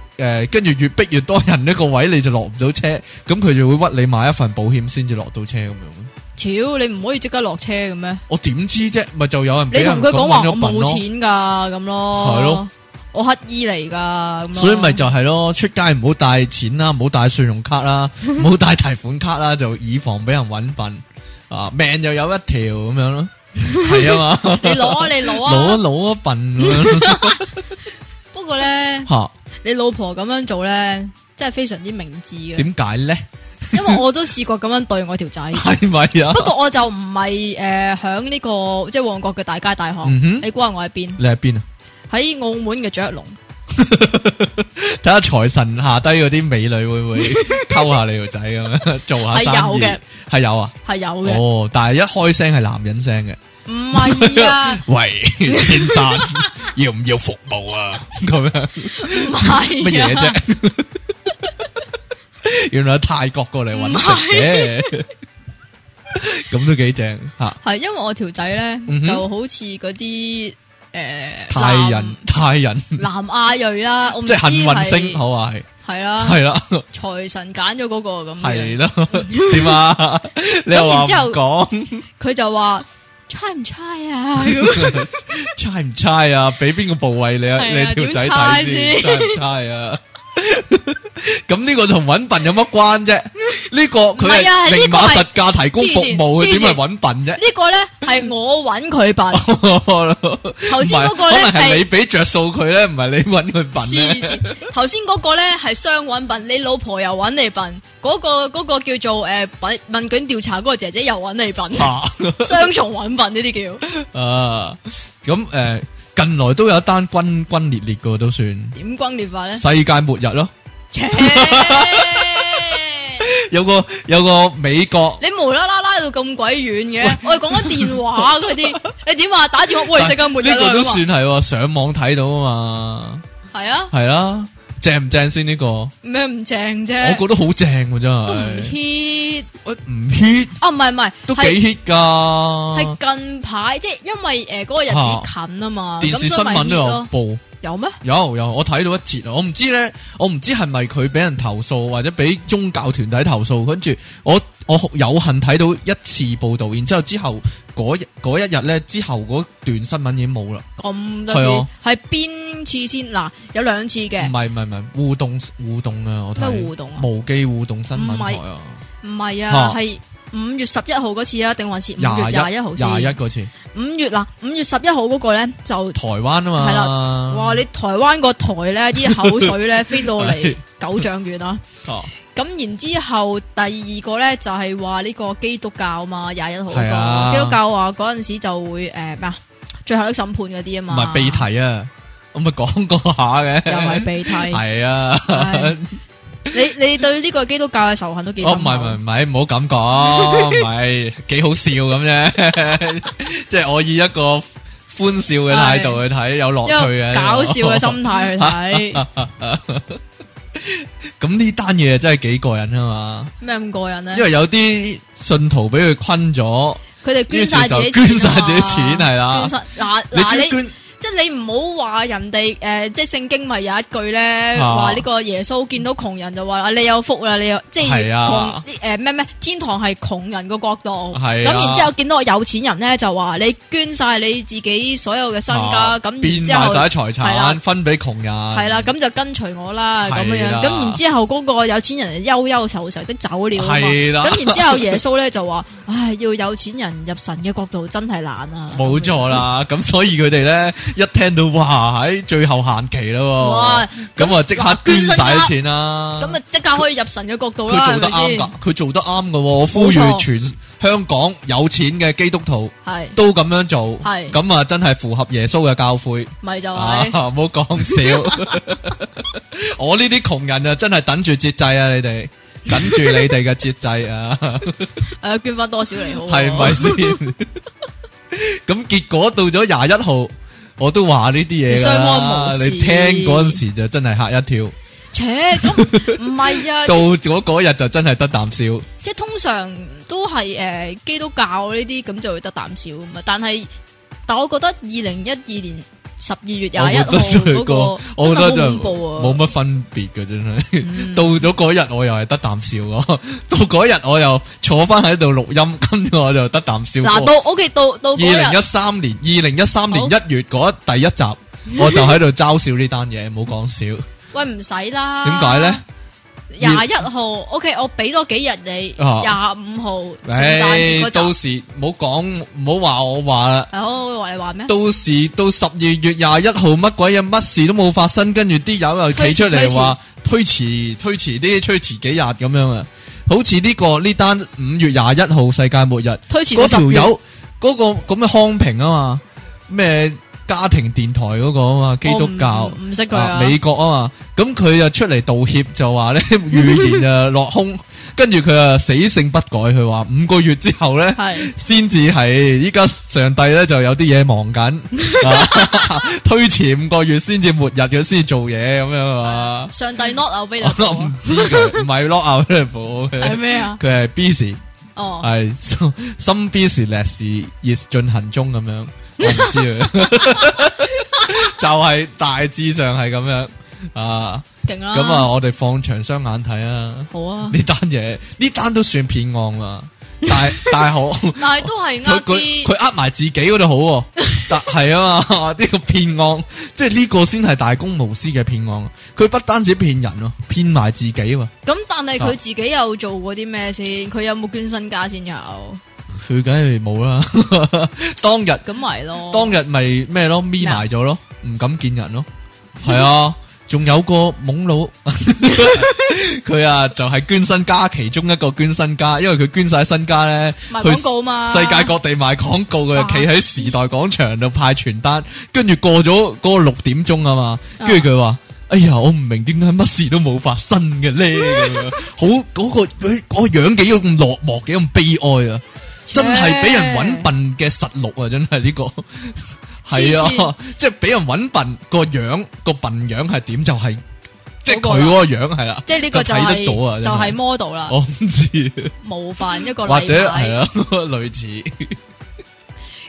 S1: 跟住越逼越多人呢個位你就落唔到車，咁佢就會屈你買一份保險先至落到車咁樣。
S2: 屌你唔可以即刻落車嘅咩？
S1: 我點知啫？咪就有人俾
S2: 你
S1: 人
S2: 同佢
S1: 講
S2: 講話
S1: 揾
S2: 我
S1: 咗笨
S2: 冇
S1: 咯，
S2: 錢噶咁咯，
S1: 係咯，
S2: 我乞衣嚟噶咁咯，
S1: 所以咪就係咯，出街唔好帶錢啦，唔好帶信用卡 啦，唔好帶提款卡啦，就以防俾人揾笨啊，命又有一條咁樣咯，係啊 嘛。
S2: 你 攞啊你攞
S1: 老啊
S2: 啊，
S1: 老啊笨咁 樣
S2: 不過咧
S1: 吓，
S2: 你老婆咁樣做咧，真係非常之明智嘅，
S1: 點解咧？。
S2: 因為我都試過咁樣對我條仔
S1: 係咪啊
S2: 不？過我就唔係誒響呢個即係旺角嘅大街大巷，
S1: 嗯哼
S2: 你估下我喺邊？
S1: 你喺邊啊？
S2: 喺澳門嘅雀龍，
S1: 睇下財神下低嗰啲美女會 唔會溝下你條仔咁樣做下
S2: 係
S1: 生
S2: 有
S1: 意
S2: 嘅？
S1: 係有啊。
S2: 係有嘅，
S1: 哦，但係一開聲係男人聲嘅。
S2: 唔 係啊，
S1: 喂，先生，要唔要服務啊？咁樣
S2: 唔係
S1: 乜嘢
S2: 啊，
S1: 啫？ 原來喺泰國過嚟揾食嘅，咁都幾正吓。
S2: 係因為我條仔咧
S1: 嗯哼
S2: 就好似嗰啲呃誒
S1: 泰人，泰人，
S2: 南亞裔啦，我唔
S1: 即
S2: 知
S1: 係幸運
S2: 係
S1: 星，好啊，係
S2: 係啦，
S1: 係啦。
S2: 財神揀咗嗰個咁
S1: 系
S2: 樣，
S1: 咯，点 啊？你又話唔講
S2: 佢就話 try 唔 try 啊 咁，
S1: 猜唔猜啊？俾邊個部位你啊？
S2: 係
S1: 你
S2: 啊
S1: 條仔
S2: 點猜
S1: 睇先，
S2: 先
S1: 猜唔猜啊？ 咁呢個同揾笨有乜關啫？呢個佢
S2: 唔係啊呢
S1: 係
S2: 個係
S1: 明碼實價提供服務，
S2: 黐線
S1: 佢點係揾笨啫？
S2: 呢個咧係我揾佢笨， 頭先嗰個
S1: 唔係
S2: 咧
S1: 可能係你
S2: 係
S1: 俾着數佢咧，唔係你揾佢 笨
S2: 黐
S1: 咧。
S2: 線，頭先嗰個咧係雙揾笨，你老婆又揾你笨，嗰個嗰個叫做誒問問卷調查嗰個姐姐又揾你笨，
S1: 嚇
S2: 雙重揾笨呢啲叫
S1: 啊！咁誒，近來都有一單轟轟烈烈嘅，都算
S2: 點轟烈 法咧？
S1: 世界末日咯。
S2: 切
S1: 有個有個美國。
S2: 你無啦啦拉到咁鬼遠嘅，我哋講緊電話嗰啲，你點話打電 話？喂，世界末日
S1: 呢
S2: 啦
S1: 個都算
S2: 咁
S1: 係喎，上網睇到啊嘛，
S2: 啊！係啊，
S1: 係啦，正唔正先呢個？我
S2: 咩唔正啫？
S1: 覺得好正喎，真
S2: 都唔
S1: 係，
S2: hit
S1: 喂唔 hit
S2: 啊，唔係唔係，
S1: 都幾
S2: 係
S1: hit 啊㗎，
S2: 係近排，即係因為誒嗰個日子近啊嘛，
S1: 電視
S2: 咁
S1: 新
S2: 所以咪
S1: 聞都
S2: hit
S1: 有
S2: 咯
S1: 報，
S2: 有咩？
S1: 有有，我睇到一節啊，我唔知咧，我唔知係咪佢俾人投訴或者俾宗教團體投訴，跟住我我有幸睇到一次報導，然之後之後嗰日嗰一日咧，之後嗰段新聞已經冇啦。
S2: 咁得
S1: 係
S2: 意
S1: 啊，
S2: 係邊次先？嗱，有兩次
S1: 唔
S2: 嘅，
S1: 係唔係唔係互動互動啊！我睇
S2: 咩互動啊
S1: 無記互動新聞台啊，
S2: 唔係
S1: 啊
S2: 啊，係五月十一號嗰次啊，定還是五
S1: 廿
S2: 月
S1: 一
S2: 廿一號
S1: 廿一
S2: 先？
S1: 嗰次
S2: 五月嗱，五月十一號嗰個咧 就，
S1: 台灣啊嘛，
S2: 係啦哇！你台灣個台咧啲口 水咧飛到嚟九丈遠啊！
S1: 哦
S2: 咁然之後第二個咧就係話呢個基督教嘛，廿一號嗰
S1: 係
S2: 個、
S1: 啊
S2: 基督教話嗰陣時就會誒咩啊，最後的審判嗰啲啊
S1: 唔係
S2: 嘛，
S1: 被提啊，我咪講過下
S2: 又係
S1: 嘅，
S2: 被提，
S1: 係啊，
S2: 唉你你對呢個基督教嘅仇恨都幾
S1: 哦
S2: 深
S1: 唔係唔係
S2: 厚
S1: 唔係，唔好咁 講，唔係幾好笑咁啫，即係我以一個歡笑嘅態度去睇，有樂趣
S2: 一
S1: 嘅
S2: 個搞笑嘅心態去睇，
S1: 咁呢單嘢真係幾過癮啊嘛，
S2: 咩咁過癮咧
S1: 因？為有啲信徒俾佢困咗。
S2: 佢哋捐晒自己
S1: 於是就捐晒
S2: 錢啊嘛
S1: 自己錢係啦
S2: 捐晒嗱
S1: 你
S2: 嗱
S1: 專
S2: 你
S1: 捐
S2: 即係你唔好話人哋誒，即係聖經咪有一句咧
S1: 啊
S2: 話呢個耶穌見到窮人就話啊你有福啦，你有即係
S1: 係啊
S2: 窮誒咩咩天堂係窮人個國度，
S1: 係
S2: 咁
S1: 啊
S2: 然之後見到個有錢人咧就話你捐晒你自己所有嘅身家，
S1: 啊
S2: 咁然
S1: 變
S2: 之
S1: 賣晒
S2: 後。
S1: 財
S2: 係啦
S1: 產分俾窮人，
S2: 係
S1: 係
S2: 啦，咁就跟隨我啦，咁樣
S1: 係啦
S2: 樣，咁然之後嗰個有錢人就憂憂愁愁的走了啊嘛，
S1: 係啦
S2: 咁然之後耶穌咧就話：，唉，要有錢人入神嘅國度真係難啊！
S1: 冇錯啦。咁所以佢哋咧一聽到哇喺最後限期咯
S2: 哇，
S1: 咁啊即刻
S2: 捐
S1: 捐晒
S2: 身家
S1: 啲錢啦。
S2: 咁啊，即刻可以入神嘅國度啦，
S1: 佢做
S2: 係
S1: 得
S2: 咪
S1: 啱
S2: 先？
S1: 㗎，佢做得啱㗎喎。我呼籲
S2: 冇錯
S1: 全香港有錢嘅基督徒
S2: 係
S1: 都咁樣做，
S2: 係
S1: 咁啊真係符合耶穌嘅教诲。
S2: 咪就
S1: 啊，
S2: 係
S1: 唔好講笑， 我呢啲窮人啊，真係等住節制啊，你哋等住你哋嘅節制 啊。
S2: 誒捐 翻多少嚟好？
S1: 系咪？先？咁結果到咗廿一號，我都話呢啲嘢㗎啦
S2: 相安無事
S1: 你聽嗰陣時就真係嚇一跳，
S2: 切 咁唔係啊，
S1: 到咗嗰日就真係得啖笑。
S2: 即系通常都係诶、呃基督教呢啲咁就會得啖笑咁啊。但係但我覺得二零一二年十二月廿一號
S1: 我覺得
S2: 嗰
S1: 佢個
S2: 個
S1: 我覺得
S2: 真
S1: 就
S2: 係好恐怖啊！
S1: 冇乜分別嘅真係。
S2: 嗯
S1: 到咗嗰日我又係得啖笑咯， 到嗰日我又坐翻喺度錄音，跟住我就得啖笑。
S2: 嗱到 OK 到到
S1: 二
S2: 嗰
S1: 零
S2: 日
S1: 一三年，二零一三年
S2: 好
S1: 一月嗰一第一 集，我就喺度嘲笑呢單嘢，唔好講笑。
S2: 喂唔使啦，
S1: 點解咧？
S2: 廿一號 OK，我俾多幾日你，廿
S1: 啊
S2: 五號聖誕節
S1: 唉，
S2: 嗰
S1: 到
S2: 集，
S1: 時唔好講，唔好話我話啦。
S2: 係我話你話咩？
S1: 到時到十二月廿一號乜鬼嘢乜事都冇發生，跟住啲友又企出嚟話推遲推遲啲推遲幾日咁樣啊！好似呢、個呢單五月廿一號世界末日
S2: 推遲到
S1: 嗰條
S2: 10月
S1: 友嗰個咁嘅康平啊嘛，咩家庭電台嗰個啊嘛，基督教
S2: 我唔唔識佢啊
S1: 啊，美國啊嘛，咁佢就出嚟道歉就話咧預言啊落空，跟住佢啊死性不改，佢話五個月之後咧。
S2: 係
S1: 先至係依家上帝咧就有啲嘢忙緊， 啊推遲五個月先至末日佢先做嘢咁樣啊！
S2: 上帝 not 啊，俾你
S1: 我唔知佢唔係 lock out 咧，冇
S2: 係
S1: 嘅
S2: 咩啊？
S1: 佢係 busy
S2: 哦，
S1: 係 some- some business is 進行中咁樣，我唔知啊， 就係大致上係咁樣啊！
S2: 勁啦！
S1: 咁啊，，我哋放長雙眼睇啊！
S2: 好啊，
S1: 呢單嘢呢單都算騙案啦，但係但係好。
S2: 但係都係
S1: 佢
S2: 呃
S1: 佢
S2: 啲
S1: 佢呃埋自己嗰度好、 喎，但係啊嘛，呢個騙案，即係呢個先係大公無私嘅騙案。佢不單止騙人喎，騙埋自己喎。
S2: 咁但係佢
S1: 啊
S2: 自己有做過啲咩先？佢有冇捐身家先有？
S1: 佢梗係冇啦。 當日
S2: 咁咪咯。
S1: 當日咪咩咯，眯埋咗咯，唔敢見人咯。係啊，仲有個懵佬， 佢啊就係捐身家其中一個捐身家，因為佢捐晒身家咧，
S2: 賣
S1: 去
S2: 廣告啊嘛，
S1: 世界各地賣廣告
S2: 啊
S1: 嘅，企喺時代廣場度派傳單，跟住過咗嗰個六點鐘啊嘛，
S2: 啊
S1: 跟住佢話：哎呀，我唔明點解乜事都冇發生嘅咧，咁樣好嗰、個佢嗰、個樣幾咁落寞，幾咁悲哀啊！真係俾人揾笨嘅實錄啊！真係呢、個係
S2: 黐線
S1: 啊，即係俾人揾笨個樣個笨樣係點就係、即係
S2: 嗰個
S1: 佢
S2: 啦
S1: 嗰個樣係啦，
S2: 即係呢個就
S1: 就睇得到啊
S2: 係
S1: 真
S2: 就
S1: 係
S2: 係 model 啦，
S1: 我唔知，
S2: 模範一個
S1: 或
S2: 例
S1: 者係
S2: 牌。
S1: 啦， 類似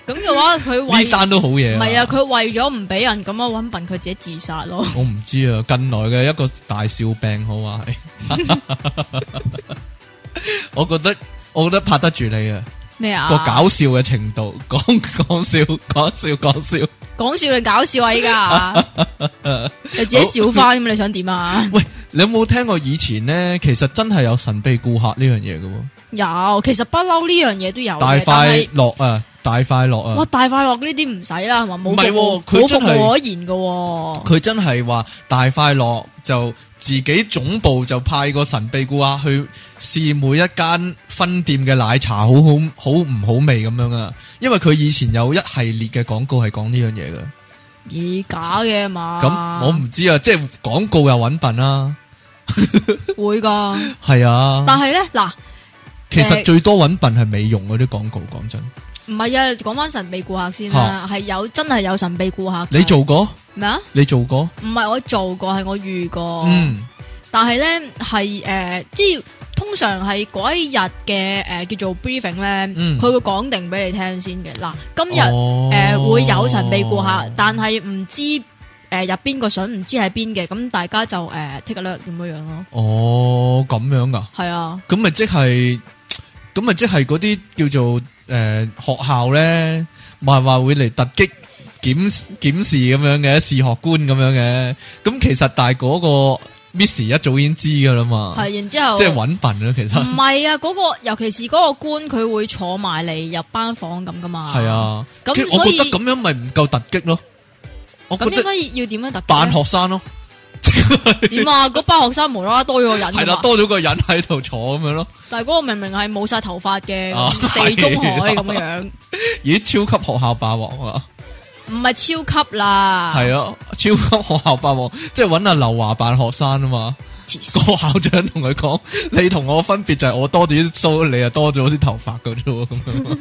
S2: 咁嘅話，佢
S1: 呢
S2: 為
S1: 單都好嘢。
S2: 唔係啊，佢為咗唔俾人咁樣揾笨，佢自己自殺咯。
S1: 我唔知啊，近來嘅一個大笑病好啊，係我覺得我覺得拍得住你啊，
S2: 咩啊？
S1: 個搞笑嘅程度， 講講笑，講笑，講笑。
S2: 講笑定搞笑啊？依家你自己笑翻咁，你想點啊？
S1: 喂，你有冇聽過以前咧？其實真係有神秘顧客呢樣嘢嘅喎，
S2: 有，其實不嬲呢樣嘢都有嘅。
S1: 大
S2: 但
S1: 快
S2: 係
S1: 樂啊，大快樂
S2: 哇
S1: 啊！
S2: 大快樂呢啲唔使啦，係嘛？冇
S1: 唔係
S2: 服
S1: 喎佢
S2: 冇服
S1: 真係
S2: 務可言嘅喎。
S1: 佢真係話大快樂就自己總部就派個神秘顧客去試每一間分店嘅奶茶好好好唔好味咁樣啊！因為佢以前有一系列嘅廣告係講呢樣嘢嘅，
S2: 咦，假嘅嘛？
S1: 咁、我唔知啊，即係廣告又揾笨啦，
S2: 唔會噶。
S1: 係啊，
S2: 但係咧，嗱，
S1: 其實
S2: 誒
S1: 最多揾笨係美容嗰啲廣告，講真，
S2: 唔係啊，講翻神秘顧客先啦，係有真係有神秘顧客㗎。
S1: 你做過？
S2: 咩啊？
S1: 你做過？
S2: 唔係我做過，係我遇過。
S1: 嗯，
S2: 但係咧係誒，即係通常係嗰一日嘅誒叫做 briefing 咧，
S1: 嗯
S2: 佢會講定俾你聽先嘅。嗱，今日誒、
S1: 哦
S2: 呃、會有神秘顧客，但係唔知呃誒入邊個筍唔知係邊嘅，咁大家就誒、呃 take a look 咁樣樣咯。
S1: 哦，咁樣噶。
S2: 係啊，
S1: 咁咪即係，咁咪即係嗰啲叫做诶、呃學校咧，咪話會嚟突擊檢检视咁樣嘅視學官咁樣嘅。咁其實但係嗰個 Miss 一早已經知噶啦嘛，
S2: 係啊然之後
S1: 啊即係揾笨啦，其
S2: 唔
S1: 實
S2: 係啊，嗰、個尤其是嗰個官佢會坐埋嚟入班房咁噶嘛。
S1: 係，啊。
S2: 咁
S1: 其實我
S2: 所
S1: 覺
S2: 以
S1: 得咁樣咪唔夠突擊咯，我
S2: 咁
S1: 覺
S2: 應
S1: 得
S2: 該要點樣特
S1: 扮學生咯，
S2: 點啊？嗰班學生無啦啦多咗個人㗎
S1: 係啦
S2: 嘛，
S1: 多咗個人喺度坐咁樣咯。
S2: 但係嗰個明明係冇晒頭髮嘅
S1: 啊
S2: 地中海咁樣樣，
S1: 咦，超級學校霸王啊！
S2: 唔係超級啦，
S1: 係啊，超級學校霸王，即係揾阿劉華扮學生啊嘛。
S2: 黐 線
S1: 個校長同佢講：你同我分別就係我多咗啲須，你啊多咗啲頭髮嘅啫喎。咁樣，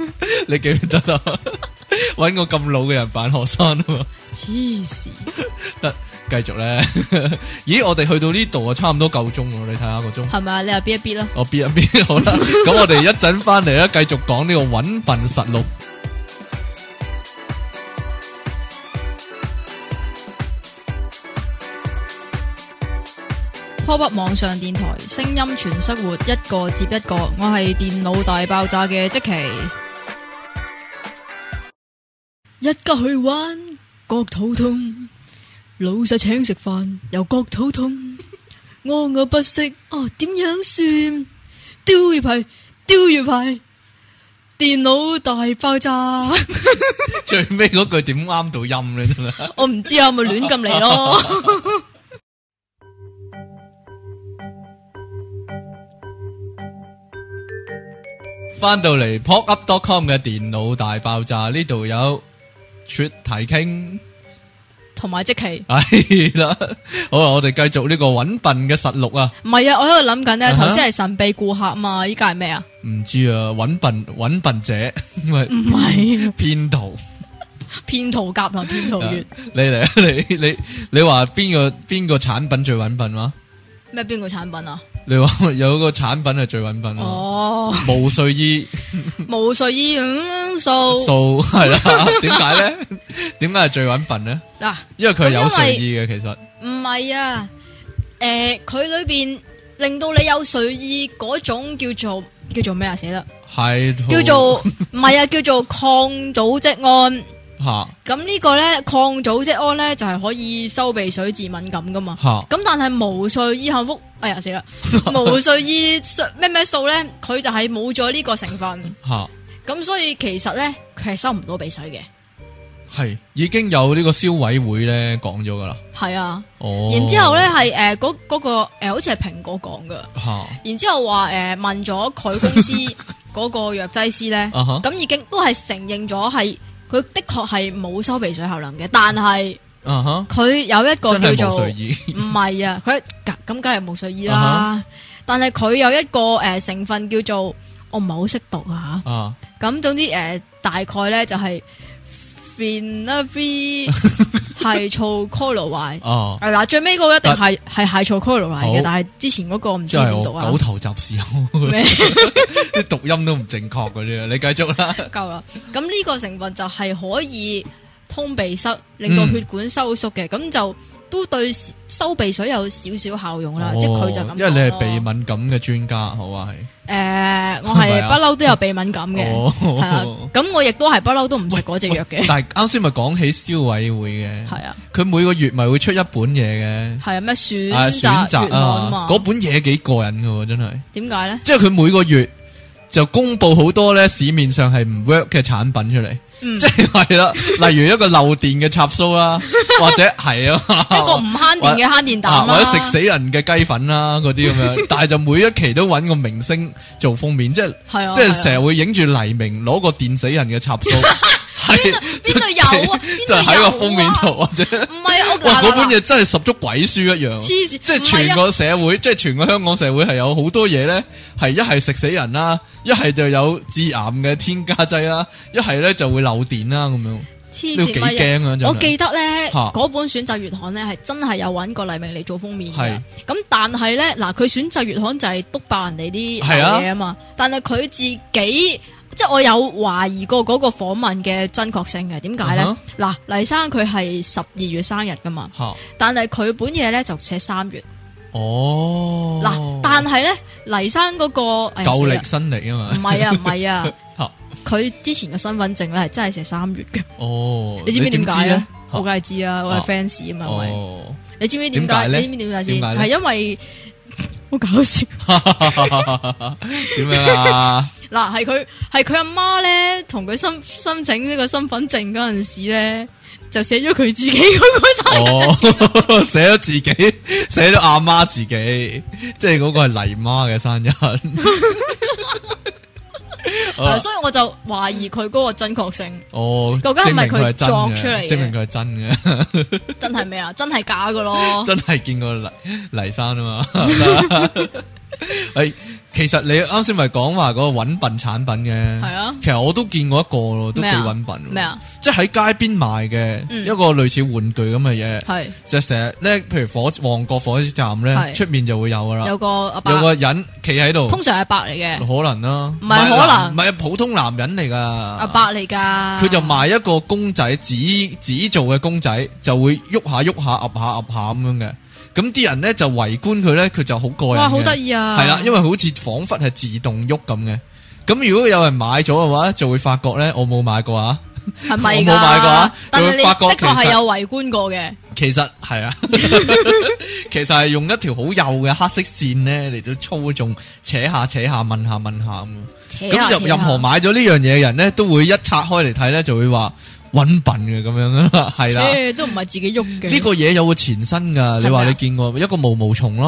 S1: 你記唔記得啊？ 搵個咁老嘅人扮學生啊嘛。
S2: 黐线，
S1: 繼續咧， 咦，我哋去到呢度啊，差唔多夠鐘喎，你睇下個鐘。
S2: 系咪啊？你又biết 一biết 啦，
S1: 我邊一邊好啦， 咁我哋一陣翻嚟啊咧，繼續講呢個揾笨實錄。
S2: 科北網上電台，聲音全生活，一個接一個。我係電腦大爆炸嘅即期，一家去玩，覺肚痛，老細請食飯又覺肚痛，屙我不適，哦點樣算？丟魚排，丟魚排，電腦大 爆炸，
S1: 最尾嗰句點啱到音咧，真係。
S2: 我唔知啊，咪亂咁嚟咯。
S1: 翻到嚟 popup.com 嘅電腦大爆炸呢度有出題傾，
S2: 同埋即期。
S1: 係啦，好啊啦，我哋繼續呢個揾笨嘅實錄啊。
S2: 唔係啊，我喺度諗緊咧，
S1: 啊哈
S2: 頭先係神秘顧客嘛，依家係咩啊？
S1: 唔知啊，揾笨揾笨者，因為
S2: 唔係
S1: 編圖。
S2: 騙徒甲同騙 徒月
S1: 你嚟啊，你你你話邊個邊個產品最揾笨嗎？
S2: 咩邊個產品啊？
S1: 你話有個產品係最揾笨啊？
S2: 哦，
S1: 無睡衣
S2: 冇睡衣咁 數
S1: 數係啦，點解咧？點解係最揾笨咧？
S2: 嗱，
S1: 因為佢係有睡衣嘅，其實
S2: 唔係啊，誒佢裏邊令到你有睡意嗰種叫做叫做咩啊？死啦，叫
S1: 係
S2: 做唔係啊，叫做抗組織胺。
S1: 吓
S2: 咁呢個咧抗組織胺咧就係可以收鼻水治敏感噶嘛。
S1: 吓
S2: 咁但係無睡衣幸福，哎呀死 啦！無睡衣咩咩數咧，佢就係冇咗呢個成分，
S1: 吓
S2: 咁所以其實咧佢係收唔到鼻水嘅，
S1: 係已經有呢個消委會咧講咗噶啦。
S2: 係啊。
S1: 哦，
S2: 然之後咧係誒嗰嗰個、呃、好似係蘋果講噶，
S1: 吓
S2: 然之後話誒、呃、問咗佢公司嗰個藥劑 師咧，
S1: 啊哈
S2: 咁已經都係承認咗係佢的確係冇收鼻水效能嘅，但係
S1: 啊哈，
S2: 佢有一個
S1: 真係
S2: 叫
S1: 無
S2: 做
S1: 睡。衣
S2: 唔係啊，佢咁梗係冇睡意
S1: 啊
S2: 啦。但係佢有一個誒、呃成分叫做我唔係好識讀啊
S1: 啊，
S2: 嚇咁總之誒、呃大概咧就係 f i n a v i 係醋 c o l o r i
S1: 哦，
S2: 係啦，最尾嗰個一定係係係醋 c o l o r i
S1: 好
S2: 嘅，但係之前嗰個唔知
S1: 真係
S2: 點
S1: 我
S2: 讀啊
S1: 狗。頭雜事，
S2: 咩
S1: 啲讀音都唔正確嗰啲啊！你繼續啦，
S2: 夠啦？咁呢個成分就係可以通鼻塞，令到
S1: 嗯
S2: 血管收縮嘅，咁、就都對收鼻水有少少效用啦。即係佢就咁
S1: 哦
S2: 講
S1: 因為你係
S2: 咯
S1: 鼻敏感嘅專家，好啊，係。
S2: 诶、我係
S1: 係咪啊
S2: 不嬲都有鼻敏感嘅，
S1: 哦
S2: 係 啊，咁我亦都係不嬲都唔食嗰隻藥嘅，
S1: 但係啱先咪講起消委會嘅，
S2: 係啊，
S1: 佢每個月咪會出一本嘢
S2: 係啊，咩
S1: 嘅，
S2: 選
S1: 系选
S2: 擇
S1: 择
S2: 月案
S1: 啊
S2: 嘛，，
S1: 嗰本嘢幾過癮噶，真係。
S2: 點解咧？
S1: 即係佢每個月就公布好多咧市面上係唔 work 嘅產品出嚟，
S2: 嗯
S1: 即係係啦，例如一個漏電嘅插蘇 啦，或者係啊，
S2: 一個唔慳電嘅慳電
S1: 啊
S2: 膽
S1: 或者
S2: 啦，
S1: 食死人嘅雞粉啦嗰啲咁 樣，但係就每一期都揾個明星做封面，即係
S2: 係啊，
S1: 即係成日
S2: 日
S1: 會影住黎明攞個電死人嘅插 蘇，係
S2: 邊度 有啊？
S1: 就
S2: 邊度
S1: 喺
S2: 有
S1: 個
S2: 啊
S1: 封面度 或者。
S2: 唔係我
S1: 哇！
S2: 嗱
S1: 嗰本
S2: 嗱嗱
S1: 嘢真係十足鬼書一樣，
S2: 黐線
S1: 即係
S2: 唔係
S1: 全
S2: 啊
S1: 個社會，即係全個香港社會係有好多嘢咧，係一係食死人啦，一係就有致癌嘅添加劑啦，一係咧就會漏電啦咁樣，
S2: 黐
S1: 你都幾
S2: 線乜
S1: 驚啊！
S2: 嘢？
S1: 真
S2: 我
S1: 係
S2: 記得咧，
S1: 嚇
S2: 嗰本選擇月刊咧係真係有揾過黎明嚟做封面
S1: 係
S2: 嘅。咁但係咧，嗱佢選擇月刊就係督爆人哋啲
S1: 係啊
S2: 嘢啊嘛，但係佢自己即係我有懷疑過嗰個訪問嘅真確性嘅，點解咧
S1: 嗯？
S2: 嗱、黎生佢係十二月生日噶嘛，
S1: 嚇
S2: 但係佢本嘢咧就寫三月。
S1: 哦
S2: 嗱、但係咧黎生嗰、個哎呀
S1: 夠力
S2: 死
S1: 新力啊嘛
S2: 啦唔係 啊唔係啊
S1: 嚇，
S2: 佢之前嘅身份證咧係真係寫三月嘅，
S1: 哦，
S2: 你知唔知點
S1: 點
S2: 解
S1: 咧
S2: 啊？？我梗係知啊，我係 fans 啊嘛，喂。
S1: 哦，
S2: 你知唔知點
S1: 點解
S2: 解？
S1: 咧
S2: 你知唔知點解
S1: 點
S2: 先？
S1: 解咧
S2: 係因為 好搞笑
S1: 點樣啊？
S2: 嗱，係佢係佢阿媽咧，同佢申申請呢個身份證嗰陣時咧，就寫咗佢自己嗰個生日。
S1: 哦， 寫咗自己，寫咗阿媽自己，即係嗰個係黎媽嘅生日。好啦
S2: 嗱所以我就懷疑佢嗰個真確性
S1: 哦，
S2: 究竟係
S1: 證
S2: 咪
S1: 明佢係
S2: 佢
S1: 真
S2: 作出
S1: 嘅？
S2: 嚟嘅
S1: 證明佢係真嘅，
S2: 真哦係咩啊？真係假嘅咯？
S1: 真係見過黎黎生啊嘛。诶，其實你啱先咪講話嗰個揾笨產品嘅，
S2: 係啊
S1: 其實我都見過一個咯，都幾
S2: 咩啊
S1: 揾笨喎。
S2: 咩啊？
S1: 即係喺街邊賣嘅
S2: 嗯
S1: 一個類似玩具咁嘅嘢，
S2: 系
S1: 就成日咧，譬如火旺角火車站咧，
S2: 係
S1: 出面就會有噶啦，
S2: 有個阿伯
S1: 有，個人企喺度，
S2: 通常係伯嚟嘅，
S1: 可能啦，
S2: 唔係可能
S1: 唔係普通男人嚟噶，
S2: 阿伯啊嚟㗎。
S1: 啊佢就賣一個公仔紙紙做嘅公仔，就會喐下喐下、噏下噏下咁樣嘅。咁啲人咧就圍觀佢咧，佢就好過癮
S2: 哇，
S1: 嘅。
S2: 好得意啊！
S1: 系啦，因為好似彷彿係自動喐咁嘅。咁如果有人買咗嘅話，就會發覺咧，我冇買過啊。
S2: 係咪
S1: 我
S2: 㗎？
S1: 冇買過啊
S2: 但係
S1: 就
S2: 你
S1: 會
S2: 的
S1: 發覺
S2: 確
S1: 其實
S2: 係有圍觀過嘅，
S1: 其實係啊， 其實係用一條好幼嘅黑色線咧嚟到操縱，扯下扯下，問下問下咁。咁
S2: 扯下扯啊
S1: 就
S2: 下
S1: 任何買咗呢樣嘢嘅人咧，都會一拆開嚟睇咧，就會話揾笨嘅咁樣啦， 係啦。
S2: 扯都唔係自己喐嘅。
S1: 呢個嘢有個前身噶，你話
S2: 係咪啊
S1: 你見過一個毛毛蟲咯，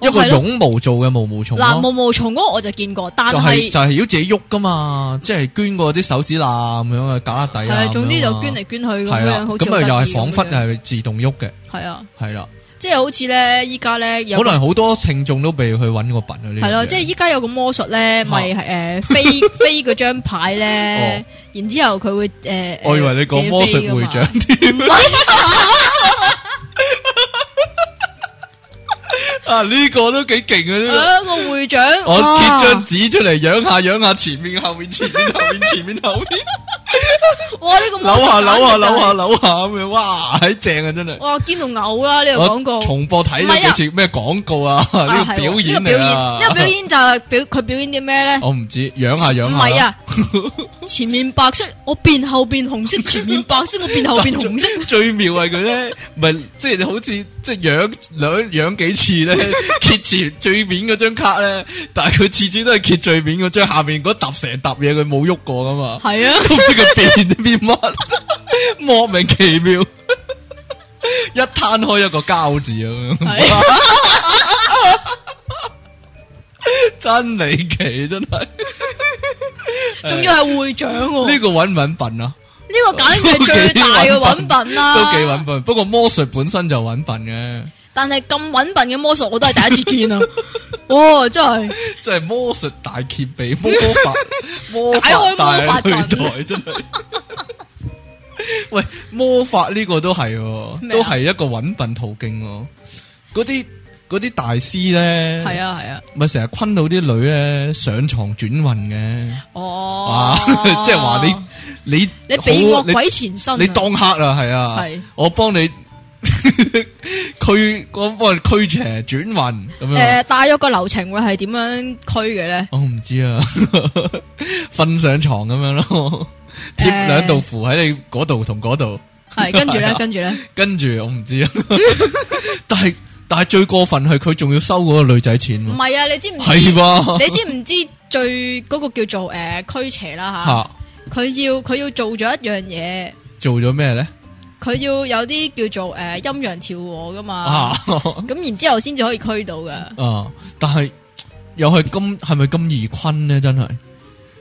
S2: 哦
S1: 一個
S2: 係咯
S1: 絨毛做嘅毛毛蟲
S2: 嗱，毛
S1: 咯，
S2: 毛蟲嗰個我就見過，但
S1: 就
S2: 係
S1: 係啊就係要自己喐噶嘛，即係捐過啲手指罅咁樣啊，假底啊，
S2: 係總之就
S1: 嚟
S2: 捐嚟捐去咁
S1: 係啦
S2: 樣，，好似
S1: 咁啊又
S2: 係
S1: 係彷彿係自動喐嘅，
S2: 係啊，
S1: 係啦，
S2: 即係好似咧依家咧有
S1: 可能好多聽眾都被去揾過笨啊呢樣嘢，
S2: 係咯，即係依家有個魔術咧，咪係诶 飛飛嗰張牌咧，然之后佢會诶，
S1: 哦我以為你講魔術會長
S2: 長，唔係
S1: 啊，呢個都幾勁啊呢個。
S2: 啊個會長，
S1: 我
S2: 哇
S1: 貼張紙出嚟，仰下仰下，前面後面前面後面前面 後面，
S2: 哇呢個
S1: 扭
S2: 魔
S1: 下
S2: 術
S1: 扭下
S2: 簡
S1: 扭
S2: 直就係
S1: 下扭下咁樣，哇，喺正啊真係！
S2: 哇堅到嘔啦呢個廣告
S1: 我。重播睇咗幾次咩廣告啊？
S2: 啊
S1: 呢個
S2: 係喎
S1: 表演
S2: 呢個
S1: 嚟
S2: 表
S1: 啊
S2: 演，！呢個表演就係表佢表演啲咩咧？
S1: 我唔知，仰下仰
S2: 唔
S1: 下。
S2: 係，啊，前面白色，我變後 變紅色；前面白色，我變後變紅色。
S1: 最妙係佢咧，咪即係你好似即係仰兩仰幾次咧， 揭前最面嗰張卡咧，但係佢次次都係揭最面嗰張，下面嗰沓成沓嘢佢冇喐過噶 嘛。
S2: 係啊，
S1: 都唔知佢變變乜， 莫名其妙。 一攤開一個膠字啊咁樣，
S2: 係
S1: 真離奇真 係。
S2: 仲要係會長喎。
S1: 呢個揾唔揾笨啊？
S2: 呢個簡直係最大嘅揾品啦，
S1: 都幾揾。笨，不過魔術本身就揾笨嘅，
S2: 但係咁揾笨嘅魔術，我都係第一 次見啊！哇，真係
S1: 即係魔術大揭秘，魔法魔
S2: 解開
S1: 法
S2: 魔
S1: 大
S2: 法
S1: 對
S2: 陣
S1: 待真係。喂，魔法呢個都係喎，
S2: 咩啊
S1: 都係一個揾笨途徑喎。嗰啲嗰啲大師咧，
S2: 係啊係啊，
S1: 咪成日坤到啲女咧上床轉運嘅，啊，
S2: 哦
S1: 即係話你你
S2: 你避
S1: 好
S2: 過
S1: 你
S2: 鬼前身啊，
S1: 你當客啊，係啊
S2: 係，
S1: 我幫你 驅我幫你驅邪轉運咁樣，
S2: 誒大呃約個流程會係點樣區嘅咧？
S1: 我唔知啊， 瞓上床咁樣 咯，貼
S2: 誒
S1: 兩道符喺你嗰度同嗰度，
S2: 係跟住
S1: 係
S2: 咧
S1: 啊，
S2: 跟住咧，
S1: 跟住我唔知啊， 但係但係最過分係佢仲要收嗰個女仔錢
S2: 唔
S1: 喎，
S2: 係啊，你知唔知？
S1: 嗯係喎，
S2: 你知唔知最嗰個叫做誒驅邪啦吓？
S1: 吓
S2: 佢要佢要做咗一樣嘢，
S1: 做咗咩咧？
S2: 佢要有啲叫做誒陰陽調和噶嘛，
S1: 啊！
S2: 咁然之後先至可以驅到噶。
S1: 啊！但系又系咁，系咪咁易坤呢？真系，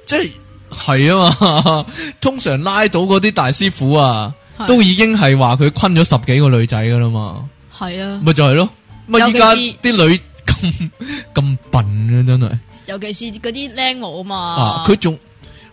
S1: 即系系啊嘛！ 通常拉到嗰啲大師傅啊，
S2: 係
S1: 都已經係話佢坤咗十幾個女仔噶啦嘛，
S2: 係啊，
S1: 咪就係咯。咪
S2: 尤
S1: 依
S2: 其
S1: 家
S2: 是
S1: 啲女咁 咁笨嘅真係
S2: 尤其是嗰啲僆模啊嘛
S1: 啊！，佢仲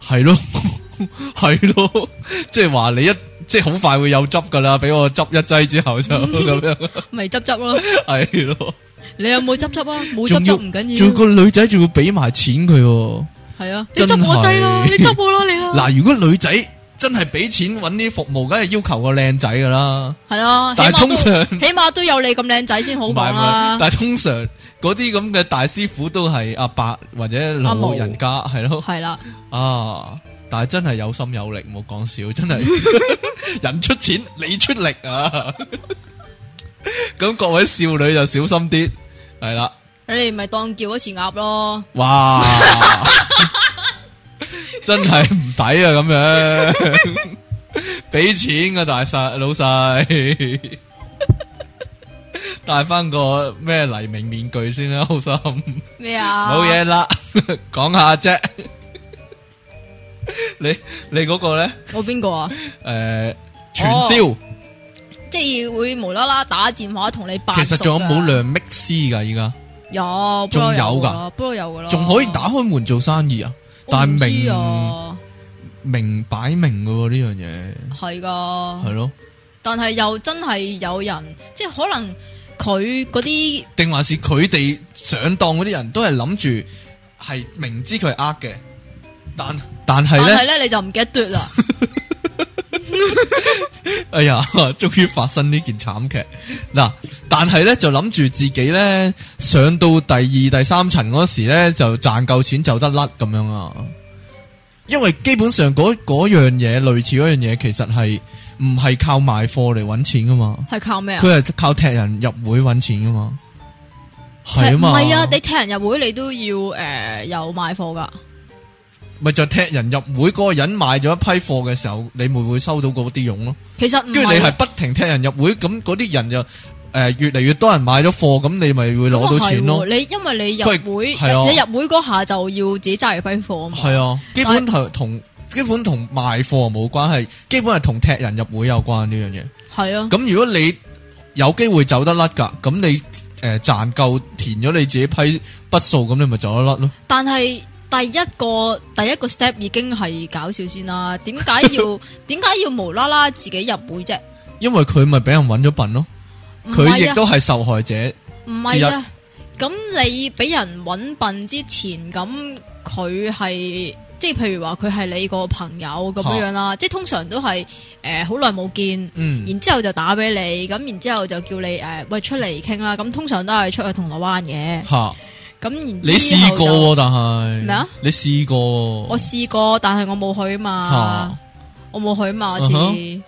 S1: 係咯， 係咯，即係話你一即係好快會有執噶啦，俾我執一劑之後 就咁樣，
S2: 咪執執咯。
S1: 係咯。
S2: 你有冇執執啊？冇
S1: 仲
S2: 執
S1: 要
S2: 執唔緊
S1: 仲
S2: 要
S1: 要，個女仔仲要俾埋錢佢喎。
S2: 係啊，你
S1: 真係
S2: 執我劑啦，你執我啦，你啊啦，
S1: 嗱，如果女仔真係俾錢揾啲服務，梗係要求個靚仔噶啦。
S2: 係啦。
S1: 但係
S2: 起碼都
S1: 通常
S2: 起碼都有你咁靚仔先好
S1: 唔
S2: 講
S1: 係唔係
S2: 啦，。
S1: 但係通常嗰啲咁嘅大師傅都係阿伯或者
S2: 阿
S1: 老
S2: 毛
S1: 人家係咯
S2: 係啦，
S1: 啊。但係真係有心有力，冇講笑，真係人出錢，你出力啊！ 咁各位少女就小心啲，係啦，
S2: 你哋咪當叫一次鴨咯。
S1: 哇，真係唔抵啊！咁樣俾錢噶大晒老細，戴翻個咩黎明面具先啦，好心
S2: 咩啊？
S1: 冇嘢啦，講下啫。你你嗰個咧，
S2: 我邊個啊？
S1: 诶、呃傳銷，
S2: 即係會無啦啦打電話同你扮熟㗎。
S1: 其實仲有冇量 mix 噶？依家
S2: 有，
S1: 仲有㗎
S2: 噶，不過有噶咯，
S1: 仲可以打開門做生意啊？
S2: 我唔
S1: 但
S2: 知
S1: 係明
S2: 啊，
S1: 明擺明噶喎呢
S2: 係
S1: 樣嘢，係
S2: 噶，
S1: 咯？
S2: 但係又真係有人，即係可能佢嗰啲
S1: 定還是佢哋上當嗰啲人都係諗住係明知佢係呃嘅，但但係
S2: 但
S1: 咧
S2: 係。咧你就唔記得嘟 啦，
S1: 哎呀， 終於發生呢件慘劇嗱，但係呢，就諗住自己呢，上到第二、第三層嗰時呢，就賺夠錢就得甩咁樣啊，因為基本上嗰嗰樣嘢類似嗰樣嘢，其實係唔係靠賣貨嚟搵錢噶嘛，
S2: 係靠咩啊？
S1: 佢係靠踢人入會搵錢噶嘛，係啊
S2: 唔
S1: 嘛，
S2: 係啊，你踢人入會你都要诶有賣貨噶，
S1: 咪就踢人入會嗰個人買咗一批貨嘅時候，你咪會收到嗰啲佣咯。
S2: 其實唔
S1: 跟住你係
S2: 係。
S1: 不停踢人入會，咁嗰啲人就诶越嚟越多人買咗貨，咁你咪會攞到錢
S2: 咁啊
S1: 咯
S2: 係。喎你因為你
S1: 佢
S2: 入會，
S1: 係啊
S2: 你入會嗰下就要自己揸住批貨啊嘛。
S1: 係啊，基本同同基本同賣貨冇關係，基本係同踢人入會有關呢樣嘢。
S2: 係啊，
S1: 咁如果你有機會走得甩㗎，咁你诶赚够填咗你自己批筆數，咁你咪走得甩咯。
S2: 但係第一個第一個 step 已經係搞笑先啦。點解要 點解要無啦啦自己入會啫？
S1: 因為佢咪俾人揾咗笨咯，
S2: 唔
S1: 佢
S2: 係
S1: 亦
S2: 啊，
S1: 都係受害者。
S2: 唔係啊。咁你俾人揾笨之前，咁佢係即係譬如話佢係你個朋友咁樣樣啦，即係通常都係诶好耐冇見。
S1: 嗯，
S2: 然之後就打俾你，咁然之後就叫你誒、呃喂出嚟傾啦。咁通常都係出去銅鑼灣嘅，
S1: 吓
S2: 咁然
S1: 你
S2: 之
S1: 試
S2: 後
S1: 過
S2: 就
S1: 喎，但係
S2: 咩啊？
S1: 你試過喎？
S2: 我試啊過，但係我冇去嘛
S1: 嚇，
S2: 我冇去嘛，次
S1: 嗯哼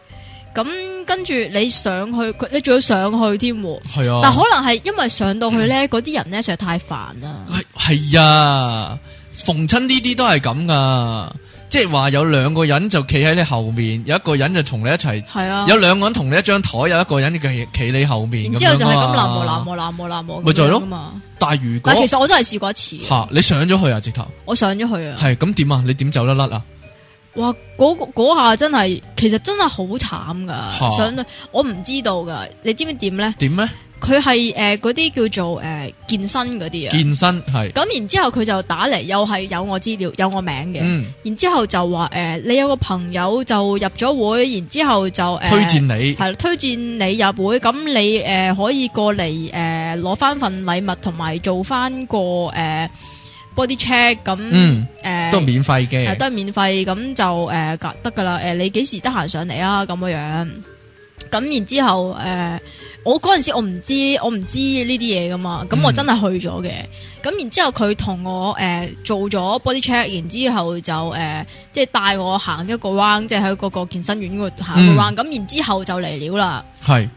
S2: 咁跟住你上去，佢你仲要上去添喎。
S1: 係啊。
S2: 但可能係因為上到去咧，嗰啲人咧實在太煩啦。
S1: 系系啊，逢亲呢啲都系咁噶，即系话有两个人就企喺你后面，有一个人就同你一齐，
S2: 係啊，
S1: 有两个人同你一张台，有一个人就企企你后面。
S2: 然之後就係
S1: 係
S2: 咁南無南無南無南無
S1: 咪就係
S2: 係
S1: 咯
S2: 嘛。
S1: 但系如果
S2: 但其實我真係試過一次，
S1: 吓你上咗去啊，直头
S2: 我上咗去啊
S1: 系，咁点啊？你点走得甩啊？
S2: 哇！嗰嗰下真係，其實真係好慘
S1: 嚇
S2: 噶。上到我唔知道噶，你知唔知點咧？
S1: 点咧？
S2: 佢係诶嗰啲叫做诶、呃健身嗰啲啊。
S1: 健身系，
S2: 咁然之後佢就打嚟，又係有我資料，有我名嘅。
S1: 嗯，
S2: 然之後就話诶、呃你有個朋友就入咗會，然之後就诶、呃
S1: 推荐你
S2: 係啦推薦你入會，咁你诶、呃可以過嚟诶攞翻份禮物，同埋做翻個诶、呃 body check 咁呃
S1: 嗯
S2: 诶。
S1: 都免费
S2: 诶，
S1: 嘅，
S2: 都系免費，咁就誒得得噶啦。誒，你幾時得閒上嚟啊？咁樣樣，咁然之後誒、呃我嗰陣時我唔知我唔知呢啲嘢噶嘛，咁我
S1: 嗯
S2: 真係去咗嘅。咁、然之後佢同我誒、呃做咗 body check，然之後就誒、即係帶我行一個 round，即係喺嗰個健身院嗰度行一
S1: 嗯
S2: 個 round、咁然之後就嚟料啦。
S1: 系咁啊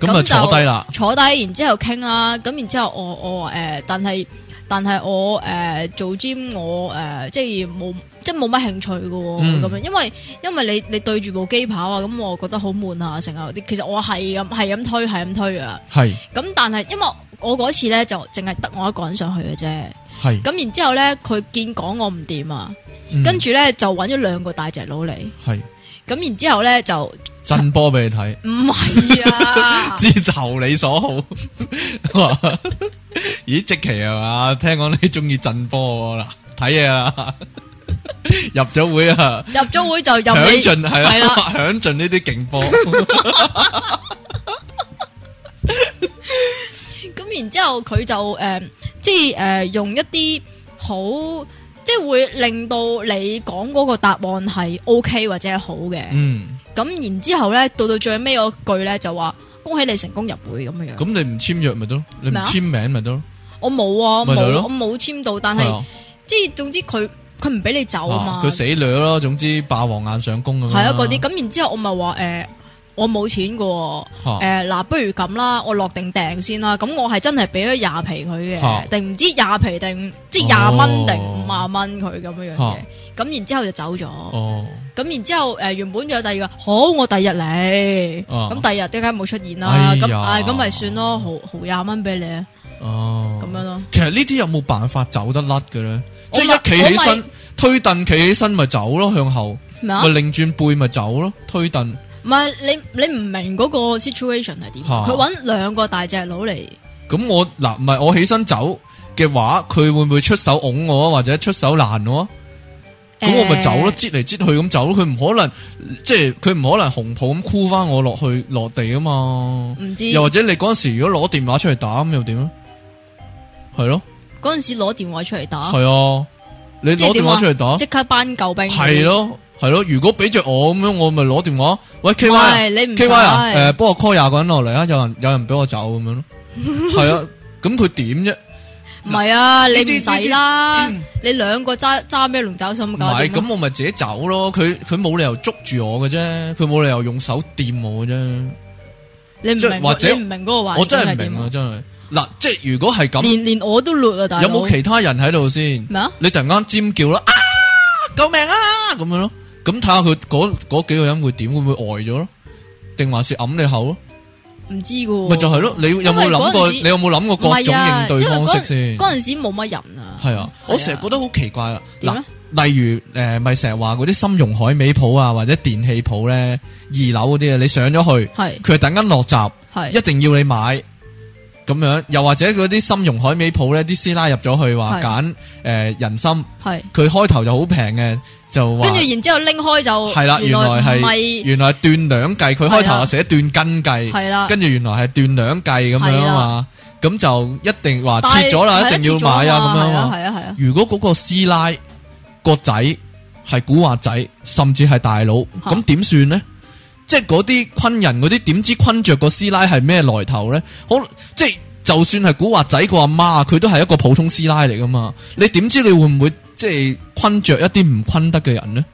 S2: 咁就
S1: 坐低啦，
S2: 坐低，然之後傾啦，咁然之後我我誒、呃但係但係我誒、呃做 gym 我誒、呃即係冇即係冇乜興趣嘅喎，
S1: 嗯
S2: 咁樣、因為因為你你對住部機跑啊，咁我覺得好悶啊，成日嗰啲，其實我係咁係咁推係咁推噶啦，
S1: 系
S2: 咁但係因為我嗰次咧就淨係得我一個人上去嘅啫，
S1: 系，
S2: 咁然之後咧佢見講我唔掂啊，
S1: 嗯
S2: 跟住咧就揾咗兩個大隻佬嚟，
S1: 系
S2: 咁然之後咧就
S1: 嗯震波俾你睇。
S2: 唔係啊。
S1: 知投你所好。 咦，即奇啊嘛？听讲你中意震波喎啦，睇嘢啦， 入咗会啊，
S2: 入咗會就
S1: 享
S2: 任你
S1: 尽系啦
S2: 係，啦
S1: 享尽呢啲劲波。
S2: 咁然之後佢就誒、呃即係誒、呃用一啲好，即係會令到你講嗰個答案係 O K 或者係好嘅。
S1: 嗯，
S2: 咁、然之後咧，到到最尾嗰句咧就話恭喜你成功入會咁樣樣。
S1: 咁你唔簽約咪得咯？你唔
S2: 咩啊
S1: 簽名咪得咯？
S2: 我冇啊，
S1: 咪就係咯
S2: 冇我冇簽到，但
S1: 係
S2: 係
S1: 啊
S2: 即係總之佢佢唔俾你走啊嘛。
S1: 啊佢死掠咯，總之霸王硬上弓咁樣
S2: 係
S1: 啦。
S2: 啊，嗰啲咁然之後我咪話誒。呃我冇錢嘅喎，誒
S1: 嚇
S2: 嗱、不如咁啦，我落定訂先啦。咁我係真係俾咗廿皮佢
S1: 嚇哦
S2: 嘅，定唔知廿皮定即係廿蚊定五廿蚊佢咁樣樣嘅。咁然之後就走咗。
S1: 哦，
S2: 咁然之後誒原本仲有第二個，好我第日嚟。
S1: 啊
S2: 咁第二日點解冇出現啦？
S1: 哎呀
S2: 咁唉咁咪算咯，豪豪廿蚊俾你啊，
S1: 哦，
S2: 咁樣咯。
S1: 其實呢啲有冇辦法走得甩嘅咧？
S2: 我
S1: 即
S2: 咪
S1: 係一企起
S2: 我
S1: 身
S2: 咪，
S1: 推凳企起身咪走咯，向後。
S2: 咩啊
S1: 咪？拧轉背咪走咯，推凳
S2: 唔係你你唔明嗰個 situation 係點？啊
S1: 嚇
S2: 佢揾兩個大隻佬嚟，
S1: 咁我嗱唔係我起身走，嘅話，佢會唔會出手㧬我啊，或者出手攔我啊？咁、我咪走咯，擠嚟擠去咁走咯。佢唔可能，即係佢唔可能紅袍咁箍翻我落去落地啊嘛。
S2: 誒，唔知
S1: 又或者你嗰陣時如果攞電話出嚟打咁又點啊？係咯，
S2: 嗰阵时攞電話出嚟打，
S1: 係啊，你
S2: 即係
S1: 攞
S2: 點
S1: 電
S2: 啊
S1: 話出嚟打
S2: 即，啊刻班救兵。
S1: 係，咯係咯。如果俾着我咁樣，我咪攞電話，喂 K Y 啊
S2: 喂，你唔
S1: K Y 啊，
S2: 使
S1: 诶，帮我 call 廿個人落嚟啊，有人有人俾我走咁樣咯，係啊，咁佢點啫？
S2: 唔係啊，你唔
S1: 呢啲嗯
S2: 使啦，你兩個揸揸咩龍爪心
S1: 唔
S2: 搞
S1: 係，
S2: 掂啊
S1: 咁我咪自己走咯。佢佢冇理由捉住我嘅啫，佢冇理由用手掂我嘅啫。
S2: 你唔
S1: 即係
S2: 明
S1: 或
S2: 嗰，
S1: 者
S2: 你唔明嗰個環
S1: 我
S2: 境
S1: 真
S2: 係
S1: 係
S2: 點
S1: 明
S2: 啊
S1: 啊，？真係。嗱，即係如果係咁，
S2: 連連我都攣啊，大佬
S1: 有冇其他人喺度先？
S2: 咩啊？
S1: 你突然間尖叫啦，啊，救命啊！咁樣咯，咁睇下佢嗰嗰幾個人會點，會唔會呆咗咯？定還是揞你口咯？
S2: 唔知噶，
S1: 咪就係咯，你有冇諗過？
S2: 因為嗰陣時
S1: 你有冇諗過各
S2: 唔係
S1: 種
S2: 啊
S1: 應對方式先？
S2: 嗰阵时冇乜人啊，
S1: 係啊，我成日覺得好奇怪啦。
S2: 點啊
S1: 嗱
S2: 咧，
S1: 例如诶，誒咪成日話嗰啲深融海味鋪啊，或者電器鋪咧，二樓嗰啲啊，你上咗去，
S2: 係
S1: 佢係等緊落閘，
S2: 係
S1: 一定要你買咁樣。又或者嗰啲深融海味鋪咧，啲師奶入咗去話
S2: 係
S1: 揀诶人參，
S2: 係，
S1: 佢開頭就好平嘅，就話
S2: 跟住然之後拎開就
S1: 係啦，原來
S2: 來唔
S1: 係
S2: 係
S1: 原來係斷兩計，佢開
S2: 係
S1: 頭
S2: 啊
S1: 就寫斷根計。
S2: 係啦，
S1: 跟住原來係斷兩計咁樣
S2: 係
S1: 啊
S2: 啦
S1: 嘛，咁就一定話
S2: 但係
S1: 切咗啦，
S2: 係
S1: 一定要
S2: 切咗啦
S1: 買啊咁樣啊嘛
S2: 係。啊係啊
S1: 如果嗰個師奶個仔係古惑仔，甚至係大佬，
S2: 嚇
S1: 咁點算呢？即係嗰啲昆人嗰啲，點知昆着個師奶係咩來頭呢？好，即係就算係古惑仔個阿媽，佢都係一個普通師奶嚟噶嘛。你點知你會唔會即係昆着一啲唔昆得嘅人呢？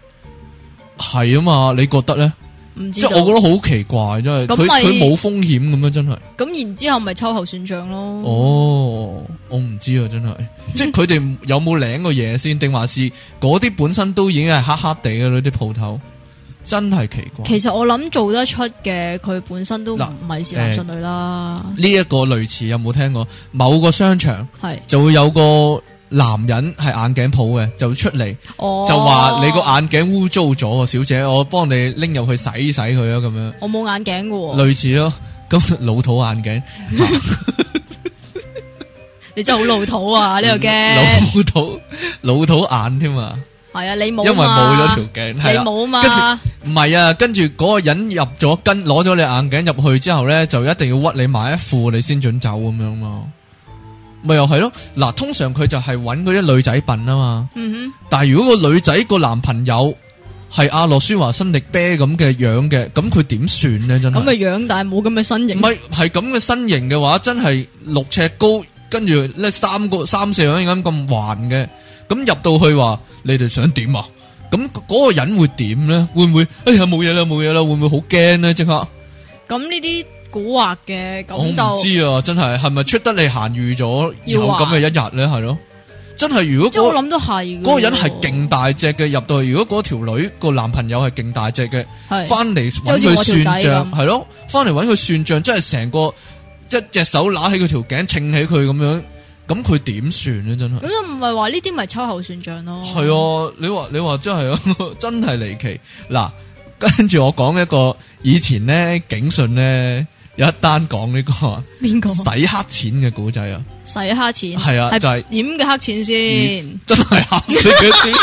S1: 係啊嘛，你覺得呢？
S2: 係啊，唔知
S1: 即係
S2: 道。
S1: 我覺得好奇怪，真係
S2: 咁
S1: 佢
S2: 咪
S1: 佢冇風險咁樣，真係。
S2: 咁然之後咪秋後算賬咯。
S1: 哦，我唔知啊，真係，即係佢哋有冇領過嘢先，定還是嗰啲本身都已經係黑黑地嘅呢啲鋪頭，真係奇怪。
S2: 其實我諗做得出嘅，佢本身都唔
S1: 哦嗱
S2: 係是男信女啦，
S1: 呢一個類似有冇聽過？某個商場
S2: 係
S1: 就會有個男人係眼鏡鋪嘅，就出嚟、
S2: 哦，
S1: 就話你個眼鏡污糟咗啊，小姐，我幫你拎入去洗洗佢啊，咁樣
S2: 我冇眼鏡嘅喎，
S1: 類似咯。咁老土眼鏡，
S2: 你真係好老土 啊！呢個 game
S1: 嗯老土老土眼添嘛，
S2: 係啊，你冇
S1: 因為
S2: 啊
S1: 冇
S2: 嘛
S1: 咗條鏡，係
S2: 你
S1: 啦。
S2: 冇啊
S1: 跟住
S2: 嘛，
S1: 唔系啊，跟住嗰個人入咗跟攞咗你眼鏡入去之後咧，就一定要屈你買一副你先准走咁樣咯。咪又係咯，嗱，通常佢就係揾嗰啲女仔笨啊嘛。
S2: 嗯
S1: 但係如果個女仔個男朋友係阿洛舒華辛力啤咁嘅樣嘅，咁佢點算呢？真
S2: 哼，咁嘅
S1: 係
S2: 樣，但係冇咁嘅身
S1: 唔
S2: 形，
S1: 係係咁嘅身形嘅話，真係六尺高，跟住咧三個三四樣咁咁橫嘅，咁入到去話你哋想點啊？咁嗰個人會點咧？會唔會哎呀冇嘢啦冇嘢啦？會唔會好驚咧？即刻
S2: 咁呢啲蠱惑嘅，
S1: 我唔
S2: 咁就
S1: 知啊！真係係咪出得你閒預咗
S2: 要
S1: 有
S2: 啊
S1: 咁嘅一日咧？係咯，真係如果
S2: 即係我
S1: 嗰
S2: 諗都係嘅喎
S1: 嗰個人係勁，大隻嘅入到去，如果嗰條女個男朋友係勁大隻嘅。
S2: 係
S1: 翻嚟
S2: 好
S1: 揾
S2: 似我條
S1: 佢
S2: 仔
S1: 算賬，
S2: 咁
S1: 係咯，翻嚟揾佢算賬，真係成個一隻手揦起佢條頸，稱起佢咁樣，咁佢點算咧？真係
S2: 咁就唔係話呢啲咪秋後算賬咯，
S1: 係啊！你話你話真係啊， 真係離奇嗱。跟住我講一個以前咧警訊咧有一單講呢個
S2: 邊個
S1: 洗黑錢嘅古仔啊，
S2: 洗黑錢
S1: 係啊就係
S2: 點嘅黑錢先，
S1: 真係黑色嘅錢。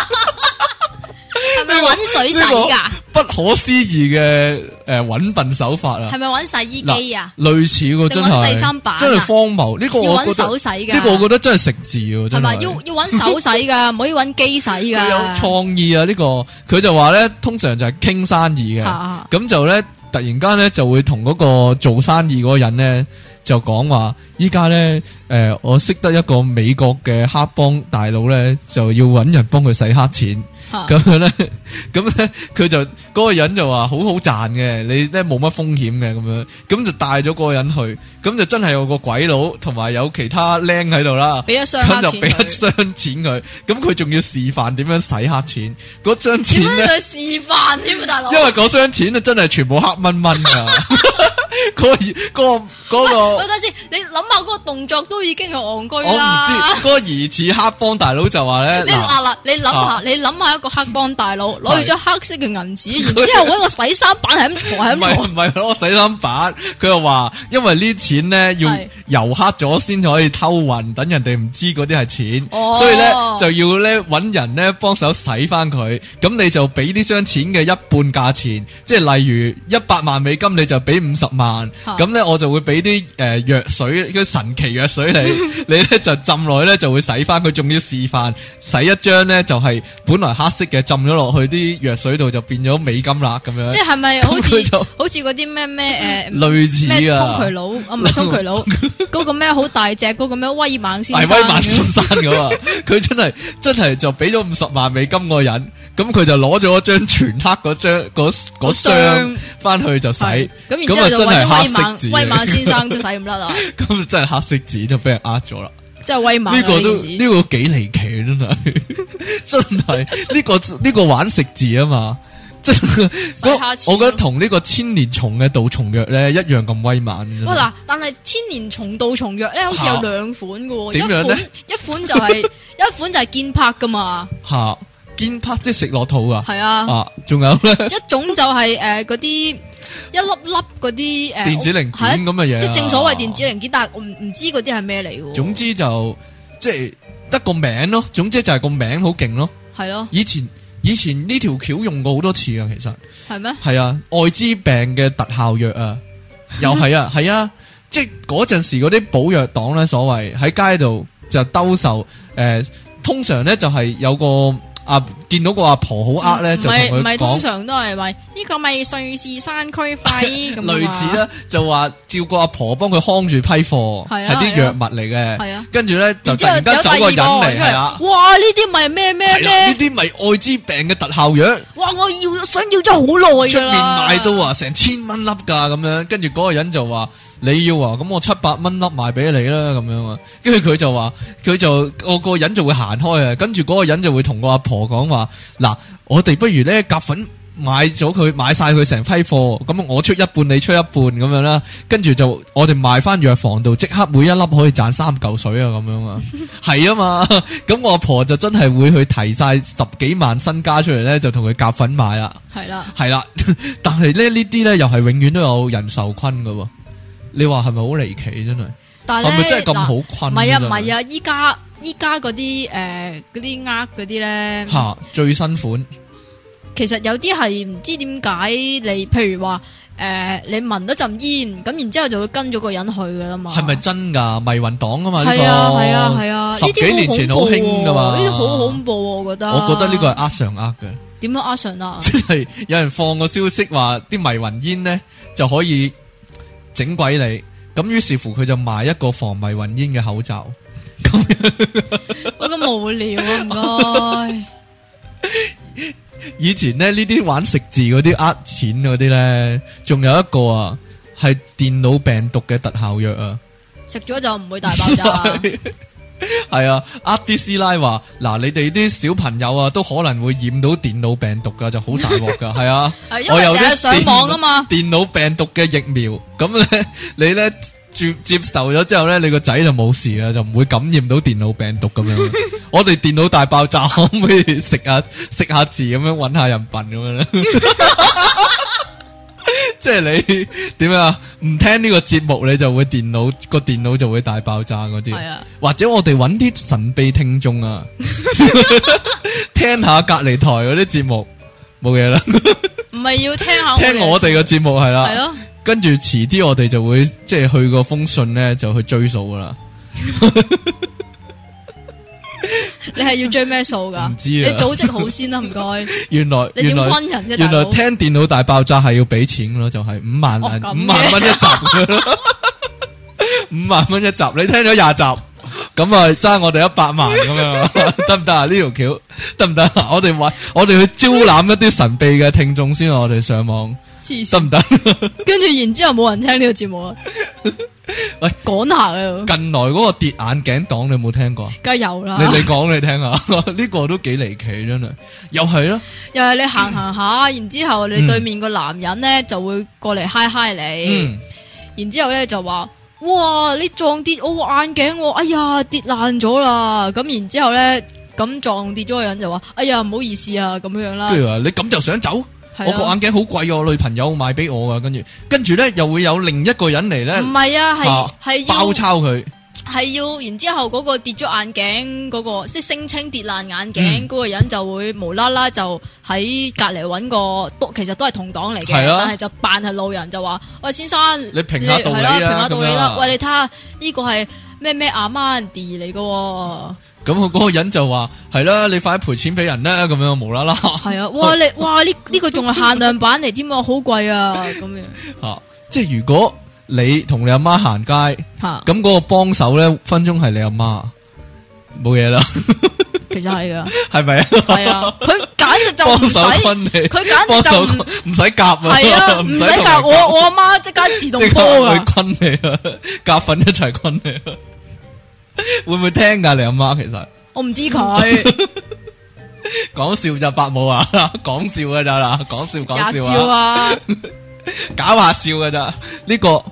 S2: 係咪揾水洗㗎？
S1: 呢個 不可思議嘅誒揾笨手法啊！
S2: 係咪揾洗衣機啊？
S1: 類似喎，真
S2: 定揾細心板
S1: 係
S2: 啊
S1: 真係荒謬。呢個
S2: 要
S1: 我覺
S2: 揾
S1: 得
S2: 手洗㗎，
S1: 呢個我覺得真係食字喎，
S2: 係
S1: 真係
S2: 咪？要要揾手洗 㗎，唔可以揾機洗㗎。
S1: 佢有創意啊！呢、個佢就話咧，通常就係傾生意嘅，咁、
S2: 啊
S1: 就咧突然間咧就會同嗰個做生意嗰個人咧就講話，依家咧誒我識得一個美國嘅黑幫大佬咧，就要揾人幫佢洗黑錢。
S2: 啊
S1: 咁樣咧，咁咧佢就嗰、個人就話好好賺嘅，你咧冇乜風險嘅咁樣，咁就帶咗嗰個人去，咁就真係有個鬼佬同埋有其他僆喺度啦，
S2: 俾一箱
S1: 咁
S2: 黑
S1: 就
S2: 錢
S1: 俾一
S2: 佢。
S1: 箱錢佢，咁佢仲要示範點樣洗黑錢，嗰箱
S2: 點
S1: 錢咧，
S2: 樣去示範添啊，大佬？
S1: 因為嗰箱錢咧真係全部黑蚊蚊噶， 嗰、個嗰、個嗰、 個。
S2: 喂，等陣先，你諗下嗰個動作都已經係戇
S1: 我
S2: 居
S1: 唔
S2: 啦。
S1: 知，嗰、個疑似黑幫大佬就話咧，
S2: 你
S1: 嗱。
S2: 嗱嗱，你諗
S1: 啊
S2: 下，你諗下一個黑幫大佬攞住張黑色嘅銀紙，然
S1: 佢
S2: 之後揾個洗衫板係咁鋤，係
S1: 唔
S2: 咁
S1: 係
S2: 鋤
S1: 唔，係攞洗衫板，佢又話因為呢啲錢咧要
S2: 係
S1: 油黑咗先可以偷運，等人哋唔知嗰啲係錢，
S2: 哦
S1: 所以咧就要咧揾人咧幫手洗翻佢，咁你就俾呢張錢嘅一半價錢，即係例如一百萬美金你就俾五十萬，
S2: 嚇
S1: 咁咧我就會俾啲誒藥水，嗰啲神奇藥水你， 你咧就浸落去咧就會洗翻佢，仲要示範洗一張咧就係本來黑色嘅浸咗落去啲藥水度就變咗美金啦咁樣
S2: 即，係咪好
S1: 咁佢
S2: 似
S1: 就
S2: 好似嗰啲咩咩誒
S1: 類似
S2: 咩
S1: 啊
S2: 通渠。佬啊？唔係通渠 佬，嗰個咩好大隻嗰個咩威猛先
S1: 大
S2: 生
S1: 威萬先生咁 啊！佢真係真係就俾咗五十萬美金嗰個人，咁佢就攞咗張全黑嗰張嗰嗰箱
S2: 箱
S1: 翻去就洗，
S2: 係
S1: 咁
S2: 咁
S1: 咁
S2: 然之
S1: 啊
S2: 後就
S1: 真係
S2: 揾
S1: 黑
S2: 威
S1: 色
S2: 猛
S1: 字嚟
S2: 威猛先生就使唔 甩啦，
S1: 就真係黑色紙就俾人呃咗啦。
S2: 即係威猛啊
S1: 呢個都
S2: 件事
S1: 呢個幾離奇真係， 真係呢個呢個玩食字啊嘛！真係
S2: 使下
S1: 我
S2: 錢
S1: 覺得同呢個千年蟲嘅杜蟲藥咧一樣咁威猛。真係
S2: 哇嗱，但係千年蟲到蟲藥咧，好似有
S1: 嚇
S2: 兩款嘅喎，
S1: 啊點樣
S2: 一款
S1: 呢
S2: 一款 就係一款就係堅拍噶嘛，
S1: 吓堅拍即係食落肚啊！
S2: 係啊，
S1: 啊，仲有咧
S2: 一種就係誒嗰啲一粒粒嗰啲誒
S1: 電子零件
S2: 係啊
S1: 咁嘅嘢啊，
S2: 即係正所謂電子零件，但係我唔唔知嗰啲係咩嚟嘅喎。
S1: 總之就即係得個名咯，總之就係個名好勁咯。
S2: 係咯，
S1: 以前以前呢條橋用過好多次啊，其實
S2: 係咩？
S1: 係啊，艾滋病嘅特效藥啊，又係 啊，係啊，即係嗰陣時嗰啲補藥黨咧，所謂喺街度就兜售，诶、通常咧就係有個啊，見到個阿婆好呃咧，
S2: 唔
S1: 就同
S2: 係唔
S1: 佢
S2: 係通
S1: 講。
S2: 常都係咪呢個咪瑞士山區費咁啊嘛
S1: 類似，啦，就話照顧阿婆幫佢看住批貨，係
S2: 係啊
S1: 啲
S2: 係啊
S1: 藥物嚟嘅，
S2: 係啊。
S1: 跟住咧就
S2: 然之
S1: 突
S2: 後
S1: 然間走個
S2: 有
S1: 人
S2: 第二個
S1: 嚟，
S2: 人
S1: 係啦
S2: 出嚟，。哇！呢啲咪咩咩
S1: 係啊啦，呢
S2: 咩？
S1: 啲咪艾滋病嘅特效藥，
S2: 哇！我要想要咗好耐
S1: 出
S2: 噶
S1: 面
S2: 啦，
S1: 賣到啊成千蚊粒噶咁樣，跟住嗰個人就話你要啊，咁我七百蚊粒賣俾你啦咁樣啊，跟住佢就話佢就我個人就會行開啊，跟住嗰個人就會同個阿婆講話嗱，我哋不如咧夾粉。買咗佢，買晒佢成批貨，咁我出一半，你出一半咁樣啦，跟住就我哋賣翻藥房度，即刻每一粒可以賺三嚿水啊，咁 樣啊，係啊嘛，咁我阿婆就真係會去提晒十幾萬身家出嚟咧，就同佢夾粉買啦。
S2: 係啦。
S1: 系啦， 但系咧呢啲咧又係永遠都有人受困噶喎。你話係咪好離奇真係？
S2: 但
S1: 係
S2: 係
S1: 咪
S2: 咧
S1: 真係咁好
S2: 啊嗱
S1: 困？
S2: 唔係啊，
S1: 真
S2: 唔
S1: 係
S2: 係啊，依家依家嗰啲誒嗰啲呃嗰啲咧，
S1: 吓最新款
S2: 其實有啲係唔知點解你，譬如話誒、呃你聞到陣煙，咁然之後就會跟咗個人去噶啦嘛。
S1: 係咪真㗎？迷魂黨啊嘛呢個，
S2: 係啊係啊係啊！
S1: 十
S2: 呢
S1: 幾
S2: 啲
S1: 年前好
S2: 恐怖
S1: 興㗎嘛，
S2: 喎呢啲好恐怖啊喎，我覺得。
S1: 我覺得呢個係呃上呃嘅，
S2: 點樣呃上啊？
S1: 即係有人放個消息話啲迷魂煙咧就可以整鬼你，咁於是乎佢就賣一個防迷魂煙嘅口罩。
S2: 我咁無聊啊，唔該。
S1: 以前咧呢啲玩食字嗰啲呃錢嗰啲咧，仲有一個啊，係電腦病毒嘅特效藥啊，
S2: 食咗就唔會大 爆炸。
S1: 係啊，呃啲師奶話嗱，你哋啲小朋友啊，都可能會染到電腦病毒噶，就好大鑊噶，係啊，
S2: 係因
S1: 我
S2: 為
S1: 有
S2: 成
S1: 啲
S2: 日上網啊嘛。
S1: 電腦病毒嘅疫苗，咁咧 你咧接接受咗之後咧，你個仔就冇事啊啦，就唔會感染到電腦病毒咁 樣。我哋電腦大爆炸可唔可以食下食下字咁樣揾下人笨咁樣咧？即係你 點樣啊？唔聽呢個節目，你就會電腦個電腦就會大爆炸嗰啲。
S2: 係啊
S1: 或者我哋揾啲神秘聽眾啊， 聽下隔離台嗰啲節目，冇嘢啦。
S2: 唔係要聽下
S1: 聽我哋嘅啊節目係
S2: 係
S1: 啦，
S2: 咯，
S1: 跟住遲啲我哋就會即係去個封信咧，就去追數噶啦。
S2: 你係要追咩數㗎？
S1: 唔知啊
S2: 你組織好先啦，唔該。
S1: 原來
S2: 你點
S1: 原來
S2: 昆人啫，
S1: 原
S2: 大
S1: 來
S2: 佬？
S1: 聽電腦大爆炸係要俾錢㗎咯，就係五萬
S2: 哦
S1: 蚊
S2: 咁
S1: 五
S2: 嘅
S1: 萬蚊一 集㗎咯，五萬蚊一集，你聽咗廿集，咁啊爭我哋一百萬咁樣， 得唔得啊？呢條橋得唔得啊？我哋揾我哋去招攬一啲神秘嘅聽眾先啊，我哋上網
S2: 黐
S1: 得
S2: 線。
S1: 唔 得？
S2: 跟住然之後冇人聽呢個節目啊。
S1: 喂
S2: 趕下啊，
S1: 近來嗰個跌眼鏡黨你有冇聽過啊？
S2: 梗係有啦
S1: 你。你讲你聽下， 呢個都幾離奇真係，又係咯，
S2: 又係你行行下，然之後
S1: 嗯
S2: 你對面個男人咧就會過嚟嗨嗨你，
S1: 嗯，
S2: 然之後咧就話：哇，你撞跌我個眼鏡喎，哎呀跌爛咗啦！咁然之後咧咁撞跌咗個人就話：哎呀唔好意思啊咁樣啦
S1: 跟，住話你咁就想走，
S2: 係啊
S1: 我個
S2: 咯
S1: 眼鏡好貴啊，我女朋友買俾我啊噶，跟住跟住咧又會有另一個人嚟咧
S2: 唔係啊，係
S1: 啊
S2: 係
S1: 包
S2: 要
S1: 抄佢，
S2: 係要，然之後嗰個跌咗眼鏡嗰、個，即係聲稱跌爛眼鏡
S1: 嗯
S2: 嗰、個人就會無啦啦就喺隔離揾個，都其實都係同黨嚟嘅，
S1: 係啊
S2: 但係就扮係路人就話：喂，先生，
S1: 你評下道理
S2: 係啦評
S1: 啊
S2: 下道理
S1: 咁樣
S2: 啦
S1: 啊！
S2: 喂，你睇下呢個係咩咩阿曼迪嚟嘅喎。
S1: 咁佢嗰個人就話係啦，你快啲賠錢俾人啦，咁樣無 啦啦
S2: 系啊，哇你哇呢呢个仲系限量版嚟添啊，好贵啊咁样
S1: 吓，即係如果你同你阿媽行街。
S2: 吓，
S1: 咁嗰个帮手咧，分钟系你阿妈，冇嘢啦，
S2: 其实系噶，
S1: 系咪啊？
S2: 系啊，佢简直就唔
S1: 帮手
S2: 使，
S1: 分你，
S2: 佢簡直
S1: 帮
S2: 就
S1: 手
S2: 唔
S1: 分唔使夹啊，
S2: 系啊，唔使
S1: 夹
S2: 教我我阿妈即刻自動
S1: 即刻
S2: 波
S1: 佢
S2: 噶，
S1: 坤你啊，夹粉一齐坤你啊， 会唔会听噶你阿妈？其实
S2: 我唔知 佢
S1: 讲笑咋，伯母啊， 讲笑噶咋啦，讲笑讲
S2: 廿
S1: 笑
S2: 招
S1: 啊，
S2: 啊，
S1: 搞下笑噶咋？呢个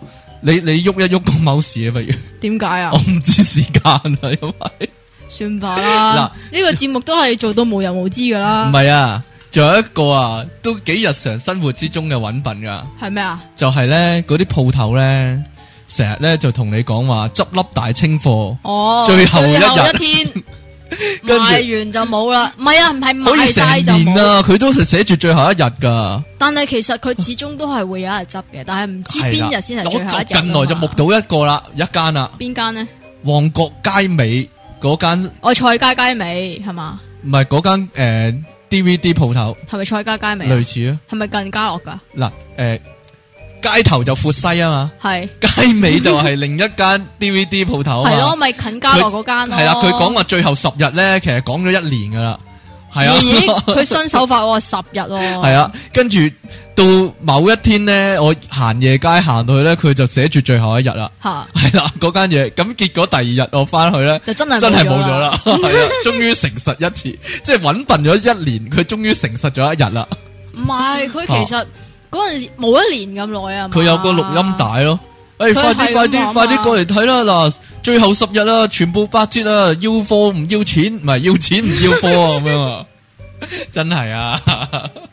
S1: 你你喐一喐公某事啊，不如
S2: 點解啊
S1: 我？唔知时间啊，因为。
S2: 算吧啦，呢個節目都係做到無人無知噶啦
S1: 唔，系啊，仲有一个啊，都几日常生活之中嘅揾笨噶，
S2: 係咩啊？
S1: 就系咧嗰啲铺头咧，成日咧就同你讲话执笠大清货，
S2: 哦，
S1: 最後
S2: 後
S1: 一日
S2: 天
S1: 跟住
S2: 賣完就冇啦，唔係啊，唔係
S1: 可以
S2: 賣
S1: 成
S2: 晒就
S1: 年
S2: 冇，
S1: 啊，佢都係寫住最後一日噶，
S2: 但係其實佢始終都係會有一日執嘅，但係唔知
S1: 係啦
S2: 邊日先係最後
S1: 我
S2: 一日啊
S1: 近
S2: 嘛。
S1: 來就目睹一個啦，一間啦，
S2: 邊間呢？哦
S1: 旺角街尾嗰間
S2: 我菜街街尾係嘛？
S1: 唔係嗰間诶 DVD 鋪頭，
S2: 係咪菜街街尾
S1: 類
S2: 啊？
S1: 似啊，
S2: 係咪近家樂㗎？
S1: 嗱诶、誒街頭就闊西啊嘛，
S2: 係
S1: 街尾就係另一間 DVD 鋪頭啊
S2: 係
S1: 嘛
S2: 咯，。咪近家樂嗰間咯。
S1: 系啦，佢讲话最后十日咧，其实讲咗一年噶啦，系
S2: 咦哦
S1: 啊，
S2: 佢新手法喎，十日喎。
S1: 系啊，跟住到某一天咧，我行夜街行到去咧，佢就写住最后一日啦，
S2: 吓
S1: 系啦，嗰间嘢，咁结果第二日我翻去咧，
S2: 就真係
S1: 真系
S2: 係
S1: 冇咗。啦， 系啊，终于诚实一次，即系揾笨咗一年，佢终于诚实咗一日啦，
S2: 唔係佢其實嗰陣時冇一年咁耐啊。
S1: 佢有个录音。帶咯。诶、快
S2: 佢
S1: 啲快
S2: 係咁啊
S1: 啲快
S2: 話嘛
S1: 啲過嚟睇啦！嗱，最後十日啦，全部八折啦，要貨唔要錢，唔係要錢唔要貨啊咁樣啊！ 真係啊，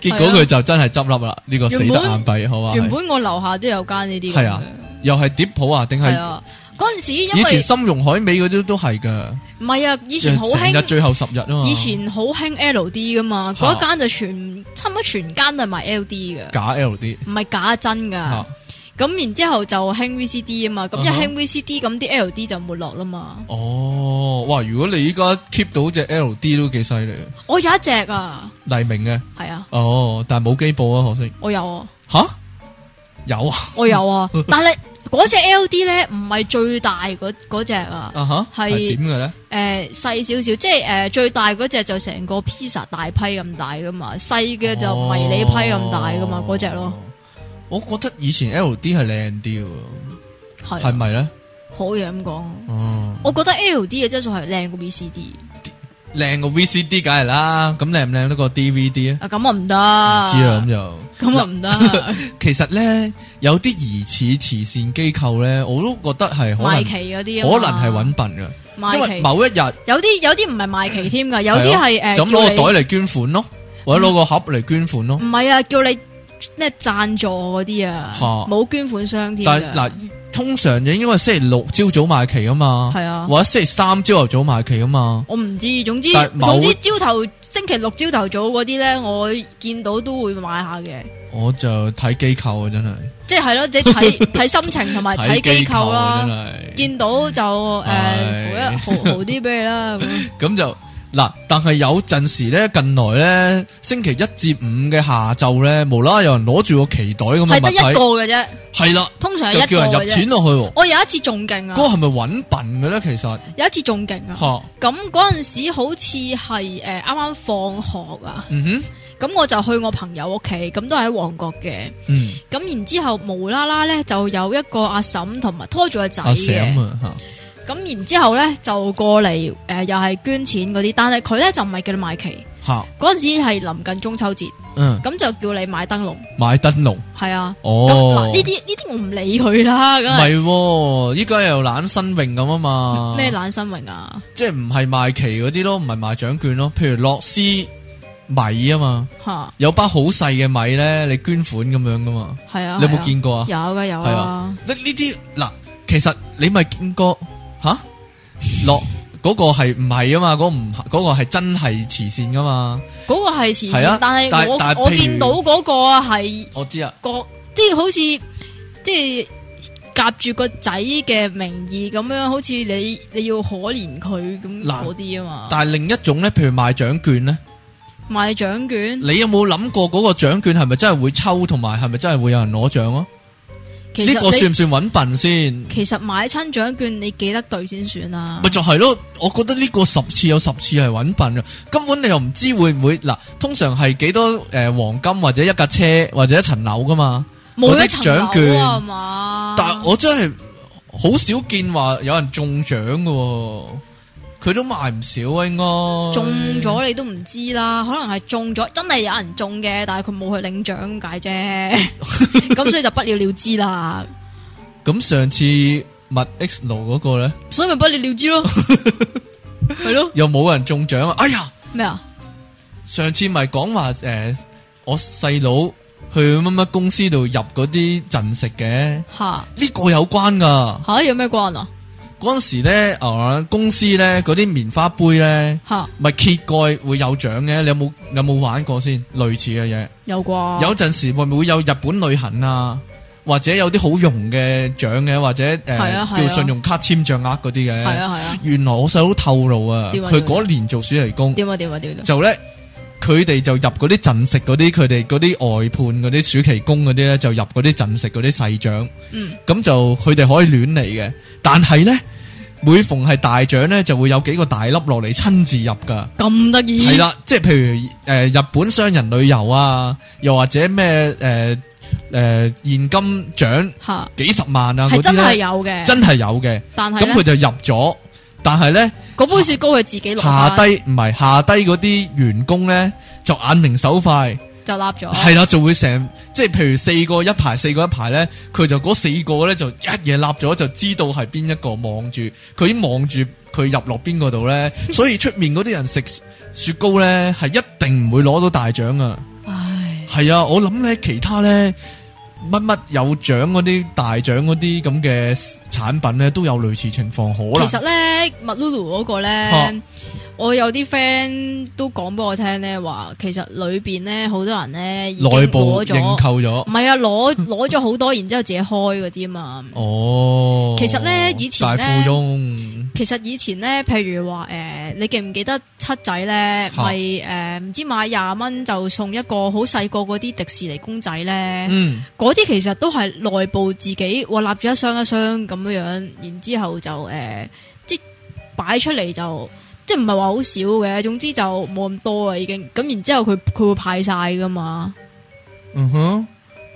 S1: 結果
S2: 係啊
S1: 佢就真係執笠啦，呢、個死得
S2: 原本
S1: 眼閉，好嘛？
S2: 原
S1: 係
S2: 本我樓下都有間呢啲。
S1: 係啊，又係碟譜啊，定
S2: 係
S1: 係
S2: 啊。嗰陣時
S1: 以
S2: 因
S1: 前
S2: 為
S1: 深融海味嗰啲都係噶，
S2: 唔係啊，以
S1: 以
S2: 前好
S1: 成日
S2: 興。
S1: 最後十日啊嘛，
S2: 以前好興 L D 噶嘛，
S1: 嚇
S2: 嗰一間就全差唔多全間都係賣 L D 嘅，
S1: 假 L D
S2: 唔係假真㗎。
S1: 吓，
S2: 咁然之後就興 VCD 啊嘛，咁一
S1: 嗯哼
S2: 興 VCD 咁啲 LD 就沒落啦嘛。
S1: 哦，哇！如果你依家 keep 到只 L D 都幾犀利，
S2: 我有一隻啊，
S1: 黎明嘅，
S2: 係啊，
S1: 哦，但係冇機報啊，可惜。
S2: 我有啊，
S1: 吓有啊
S2: 我有啊，但係嗰只 LD 咧唔係最大嗰嗰只啊，
S1: 啊吓
S2: 係
S1: 係點嘅咧？
S2: 誒細少少，即係誒、呃最大嗰只就成個 pizza 大批咁大噶嘛，細嘅就迷你批咁大噶嘛，嗰只咯，。
S1: 哦我覺得以前 L D 係靚啲喎，
S2: 係
S1: 係
S2: 啊
S1: 咪咧？
S2: 可以咁講。
S1: 哦，
S2: 我覺得 LD 嘅質素係靚過 VCD
S1: 靚過 V C D 梗係啦，咁靚唔靚得過 D V D 啊？
S2: 啊，咁啊唔
S1: 唔知啊，咁
S2: 得，
S1: 就
S2: 咁啊唔得，
S1: 其實咧有啲疑似慈善機構咧，我都覺得係 可
S2: 賣
S1: 能
S2: 旗嗰啲啊嘛，
S1: 可能係揾笨嘅，因
S2: 賣
S1: 為
S2: 旗。
S1: 某一日
S2: 有啲有啲唔係賣旗添㗎，有啲係
S1: 係咯
S2: 诶
S1: 就咁攞
S2: 叫嗯
S1: 個袋嚟捐款咯，或者攞個盒嚟捐款咯
S2: 你，唔。係啊，叫你咩贊助嗰啲啊
S1: 嚇，
S2: 冇捐款箱添㗎。
S1: 但係嗱，通常就應該星期六朝早買旗啊嘛，
S2: 係啊
S1: 或者星期三朝頭早買旗啊嘛。
S2: 我唔知，總之
S1: 但係某
S2: 總之朝頭星期六朝頭早嗰啲咧，我見到都會買下嘅，
S1: 我就睇機構啊，真係
S2: 即係咯，即係 睇睇心情同埋睇機構
S1: 啊，
S2: 啦。
S1: 真係
S2: 見到就誒
S1: 係
S2: 好一豪豪啲俾你啦，咁
S1: 咁就嗱，但係有陣時咧，近來咧，星期一至五嘅下晝咧，無啦啦有人攞住個旗袋咁
S2: 係得一
S1: 嘅
S2: 個
S1: 物
S2: 嘅啫，
S1: 體，係啦，
S2: 通常
S1: 就
S2: 係一
S1: 叫
S2: 個
S1: 人
S2: 嘅
S1: 入錢
S2: 啫。哦
S1: 落去喎。
S2: 我有一次仲勁
S1: 嗰個
S2: 啊，
S1: 係咪揾笨嘅咧？其實
S2: 有一次仲勁啊，
S1: 吓，
S2: 咁嗰陣時好似係誒啱啱放學啊。
S1: 嗯哼，
S2: 咁我就去我朋友屋企，咁都係喺旺角嘅。
S1: 嗯，
S2: 咁然之後無啦啦咧，就有一個阿嬸同埋拖住個仔
S1: 阿
S2: 嘅。
S1: Sam 啊吓，
S2: 咁、然之後咧就過嚟誒、呃又係捐錢嗰啲，但係佢咧就唔係叫你買旗，
S1: 吓，
S2: 嗰陣時係臨近中秋節，
S1: 嗯，
S2: 咁就叫你買燈籠，
S1: 買燈籠，
S2: 係啊。咁
S1: 哦
S2: 嗱，呢啲呢啲我唔理佢啦，
S1: 唔
S2: 梗係
S1: 係喎，依家又懶新穎咁啊嘛，
S2: 咩懶新榮啊？
S1: 即係唔係賣旗嗰啲咯，唔係賣獎券咯，譬如樂施米啊嘛，
S2: 吓，
S1: 有包好细嘅米咧，你捐款咁样噶嘛，
S2: 系啊，
S1: 你有
S2: 係
S1: 冇
S2: 啊？
S1: 见过啊？
S2: 有噶有
S1: 係
S2: 啊
S1: 啊，呢呢啲嗱，其實你咪見過吓落嗰個係唔係啊嘛？嗰、個唔係嗰、個係真係慈善噶嘛？
S2: 嗰個係慈
S1: 係
S2: 善
S1: 啊，
S2: 但係
S1: 但
S2: 我
S1: 但係譬
S2: 我
S1: 如
S2: 見到嗰個係
S1: 我知啊，
S2: 個即係好似即係夾住個仔嘅名義咁樣，好似你你要可憐佢咁
S1: 嗱
S2: 嗰啲啊嘛。
S1: 但係另一種咧，譬如賣獎券咧，
S2: 賣獎券
S1: 你有冇諗過嗰個獎券係咪真係會抽，同埋係咪真係會有人攞獎啊？
S2: 其
S1: 呢
S2: 實
S1: 個
S2: 你
S1: 算唔算揾笨先？
S2: 其實買親獎券你記得對先算啊啦
S1: 咪。就係咯，我覺得呢個十次有十次係揾笨嘅，根本你又唔知會唔會嗱，通常係幾多诶、呃黃金或者一架車或者一層樓噶嘛。
S2: 冇
S1: 嗰
S2: 一
S1: 啲
S2: 層
S1: 獎券
S2: 樓啊嘛。
S1: 但我真系好少见话有人中奖嘅、喎，佢都卖唔少啊，应该
S2: 中咗你都唔知啦，可能係中咗，真係有人中嘅，但係佢冇去領獎咁 解啫，咁所以就不了了之啦，
S1: 咁上次麥 X 奴嗰個咧，
S2: 所以咪不了了之 咯，係咯，
S1: 又冇人中獎啊！哎呀，
S2: 咩啊？
S1: 上次咪講話诶，我細佬去乜乜公司度入嗰啲陣食嘅，呢、
S2: 吓
S1: 個有關噶。
S2: 吓有咩關啊？
S1: 嗰阵时咧，啊公司咧嗰啲棉花杯咧，
S2: 吓
S1: 咪揭蓋會有獎嘅，你有冇你有冇玩過先？類似嘅嘢。
S2: 有啩？
S1: 有陣時會唔會有日本旅行啊，或者有啲好用嘅獎嘅，或者誒、呃
S2: 係啊係啊
S1: 叫信用卡簽帳額嗰啲嘅。
S2: 係啊係啊，
S1: 原來我細佬透露啊，
S2: 點啊
S1: 佢
S2: 點啊
S1: 嗰年做暑期工，
S2: 點啊點啊點啊，
S1: 就咧佢哋就入嗰啲陣食嗰啲，佢哋嗰啲外判嗰啲暑期工嗰啲咧，就入嗰啲陣食嗰啲細獎，
S2: 嗯
S1: 咁就佢哋可以亂嚟嘅。但係咧，每逢係大獎咧，就會有幾個大粒落嚟親自入㗎。
S2: 咁得意
S1: 系啦，即系譬如诶、呃日本商人旅遊啊，又或者咩诶诶现金獎
S2: 吓
S1: 幾十萬啊
S2: 係
S1: 嗰
S2: 真
S1: 啲
S2: 係
S1: 咧，
S2: 有嘅，
S1: 真係有嘅。
S2: 但係
S1: 咁佢
S2: 咧
S1: 就入咗，但係咧
S2: 嗰杯雪糕係自己落
S1: 下
S2: 返
S1: 低唔係下低嗰啲員工咧就眼明手快，
S2: 就立咗，
S1: 係啦、就會成即係譬如四個一排，四個一排咧，佢就嗰四個咧就一嘢立咗，就知道係邊一個望住，佢已經望住佢入落邊嗰度 咧，所以出面嗰啲人食雪糕咧係一定唔會攞到大獎啊！
S2: 唉
S1: 系啊，我谂咧其他咧乜乜有獎嗰啲大獎嗰啲咁嘅產品咧，都有類似情況可能
S2: 其實咧，麥 Lulu 嗰個咧
S1: 嚇，
S2: 我有啲 friend 都講俾我聽咧，話其實裏边咧好多人咧已經
S1: 內部
S2: 攞
S1: 認
S2: 咗，
S1: 購咗
S2: 唔。係啊，攞 攞咗好多，然之后自己開嗰啲嘛。
S1: 哦，
S2: 其實呢以前呢
S1: 大富翁
S2: 其實以前咧，譬如話诶、誒你記唔記得七仔咧，
S1: 嚇
S2: 咪诶唔知買廿蚊就送一個好細個嗰啲迪士尼公仔咧，
S1: 嗯
S2: 嗰啲、其實都係內部自己哇立住一箱一箱咁樣樣，然之后就诶、誒即係擺出嚟就即係唔係話好少嘅，總之就冇咁多啦已經。咁然之后佢佢會派晒噶嘛，
S1: 嗯哼，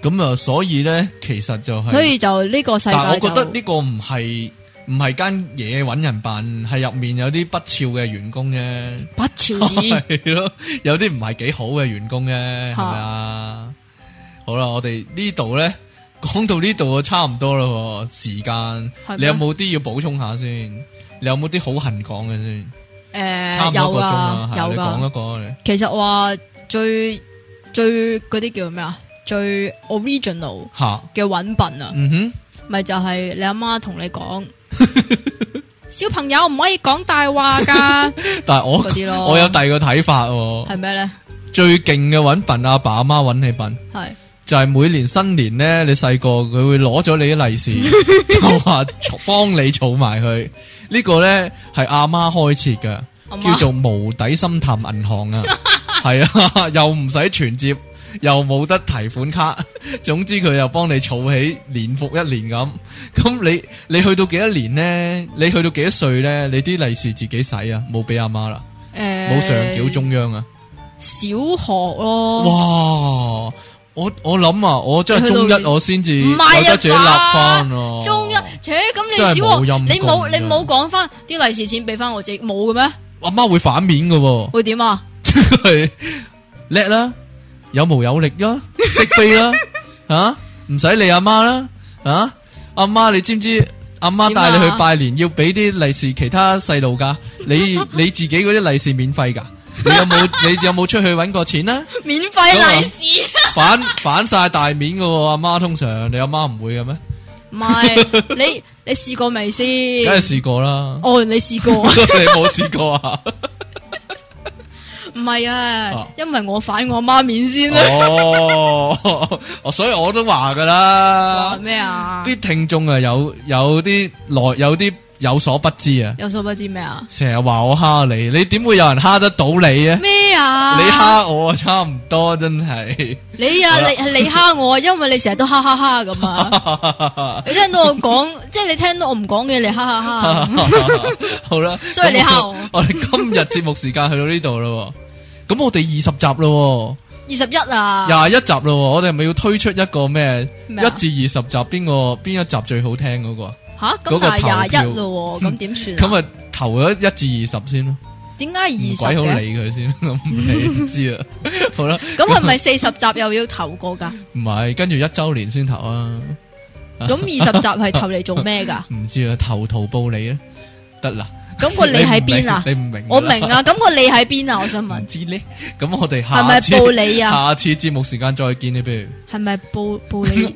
S1: 咁啊，所以咧其實就係，
S2: 所以就呢個世界
S1: 但係我覺得
S2: 就
S1: 呢個唔係唔係間嘢揾人辦，係入面有啲不肖嘅員工啫。
S2: 不 肖子。
S1: 系咯，有啲唔系几好嘅员工嘅，系咪啊？好啦，我哋呢 度咧讲到呢度就啊差唔多啦喎，时
S2: 係咩
S1: 间你有冇啲要补充下先？你有冇啲好恨讲嘅先？
S2: 诶
S1: 差唔，多一个钟
S2: 有
S1: 啦
S2: 噶，，
S1: 係
S2: 啊呃有啊
S1: 你啊讲
S2: 噶
S1: 一。个你
S2: 其實話最最嗰啲叫咩啊？最 original
S1: 吓，
S2: 嘅揾笨啊，
S1: 嗯哼，
S2: 咪、就係你阿媽同你 講，小朋友唔可以講大話噶，
S1: 但系
S2: 嗰啲 咯
S1: 我我有第二个睇法喎，
S2: 係咩咧？
S1: 最劲嘅揾笨阿爸阿妈揾你笨。
S2: 係
S1: 就係每年新年咧，你細個佢會攞咗你啲利是， 就話幫你儲埋佢。呢個咧係阿媽開設嘅，
S2: 阿
S1: 叫
S2: 媽
S1: 做無底深探銀行 啊。係啊， 又唔使存摺，又冇得提款卡，總之佢又幫你儲起，年復一年咁。咁你你去到幾多年咧？你去到幾多歲咧？你啲利是自己使啊，冇俾阿媽啦，
S2: 诶，
S1: 冇上繳中央啊。
S2: 小學咯，
S1: 哇！我我谂啊，我真系中
S2: 去
S1: 一
S2: 到
S1: 我先至
S2: 唔
S1: 有
S2: 係啊
S1: 得自己立啊翻咯。
S2: 中一，扯咁你
S1: 真係
S2: 小學
S1: 冇陰功
S2: 你冇你
S1: 真係
S2: 冇講翻啲利是錢俾翻我自己冇嘅 咩？
S1: 阿媽會反面噶，
S2: 會點啊？
S1: 係叻啦，有毛有力 啦，識飛啦，吓唔使理阿媽啦，吓阿媽你知唔知？阿媽帶你
S2: 點啊
S1: 去拜年要俾啲利是其他細路噶，你你自己嗰啲利是免費噶，你有冇你有冇出去搵過錢啊？
S2: 免費利是，
S1: 反反晒大面噶喎，阿媽通常你阿媽唔會嘅咩？
S2: 唔係你你試過未先？
S1: 梗係試過啦，？
S2: 哦，你試過
S1: 你冇試過啊？
S2: 唔係
S1: 啊
S2: 啊，因為我反我媽面先啦。
S1: 哦，哦所以我都話噶
S2: 話
S1: 啦，
S2: 咩啊？
S1: 哦啲聽眾啊有有啲內有啲有所不知啊，
S2: 有所不知咩啊？
S1: 成日話我蝦你，你點會有人蝦得到你啊？
S2: 咩啊？
S1: 你蝦我啊，差唔多真 係。
S2: 你
S1: 好啦
S2: 啊，你係你蝦我啊，因為你成日都哈哈哈咁啊！ 你聽到我講，即係你聽到我唔講嘢，你哈哈哈。
S1: 好啦，
S2: 所以你
S1: 咁
S2: 蝦
S1: 我
S2: 我。
S1: 我哋今日節目時間去到呢度咯，咁我哋二十集咯，
S2: 二十一啊，
S1: 廿一集咯，我哋係咪要推出一個咩？一
S2: 咩
S1: 至
S2: 啊
S1: 二十集邊個邊一集最好聽嗰個啊？
S2: 吓
S1: 嗰個
S2: 咁但係
S1: 投票
S2: 廿一咯喎，咁點算啊？
S1: 咁啊，投咗一至二十先咯，
S2: 點解二
S1: 唔
S2: 十
S1: 鬼好
S2: 嘅？
S1: 理佢先， 唔理唔知啊。好啦，
S2: 咁係咪四十集又要投過 㗎？
S1: 唔係跟住一周年先投啊，
S2: 咁二十集係投嚟做咩㗎？
S1: 唔知啊，投圖報你啊，得啦。
S2: 咁個你喺邊啊？
S1: 你唔明？你唔
S2: 我
S1: 㗎啦
S2: 明啊，咁個你喺邊啊？我想問
S1: 唔，知咧，咁我哋
S2: 係
S1: 下
S2: 咪
S1: 次
S2: 報你啊？
S1: 下次節目時間再見你，不如
S2: 係咪報報你？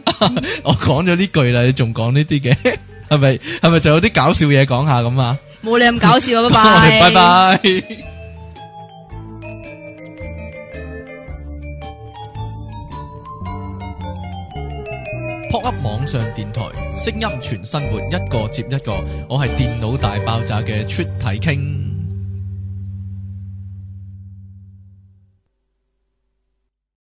S1: 我講咗呢句啦，你仲講呢啲嘅，係咪係咪就有啲搞笑嘢講下咁啊？
S2: 冇你咁搞 笑啊！拜
S1: 我
S2: 拜，
S1: 哋拜。拜。撲噏網上電台，聲音全生活，一個接一個，我係電腦大爆炸嘅出體傾。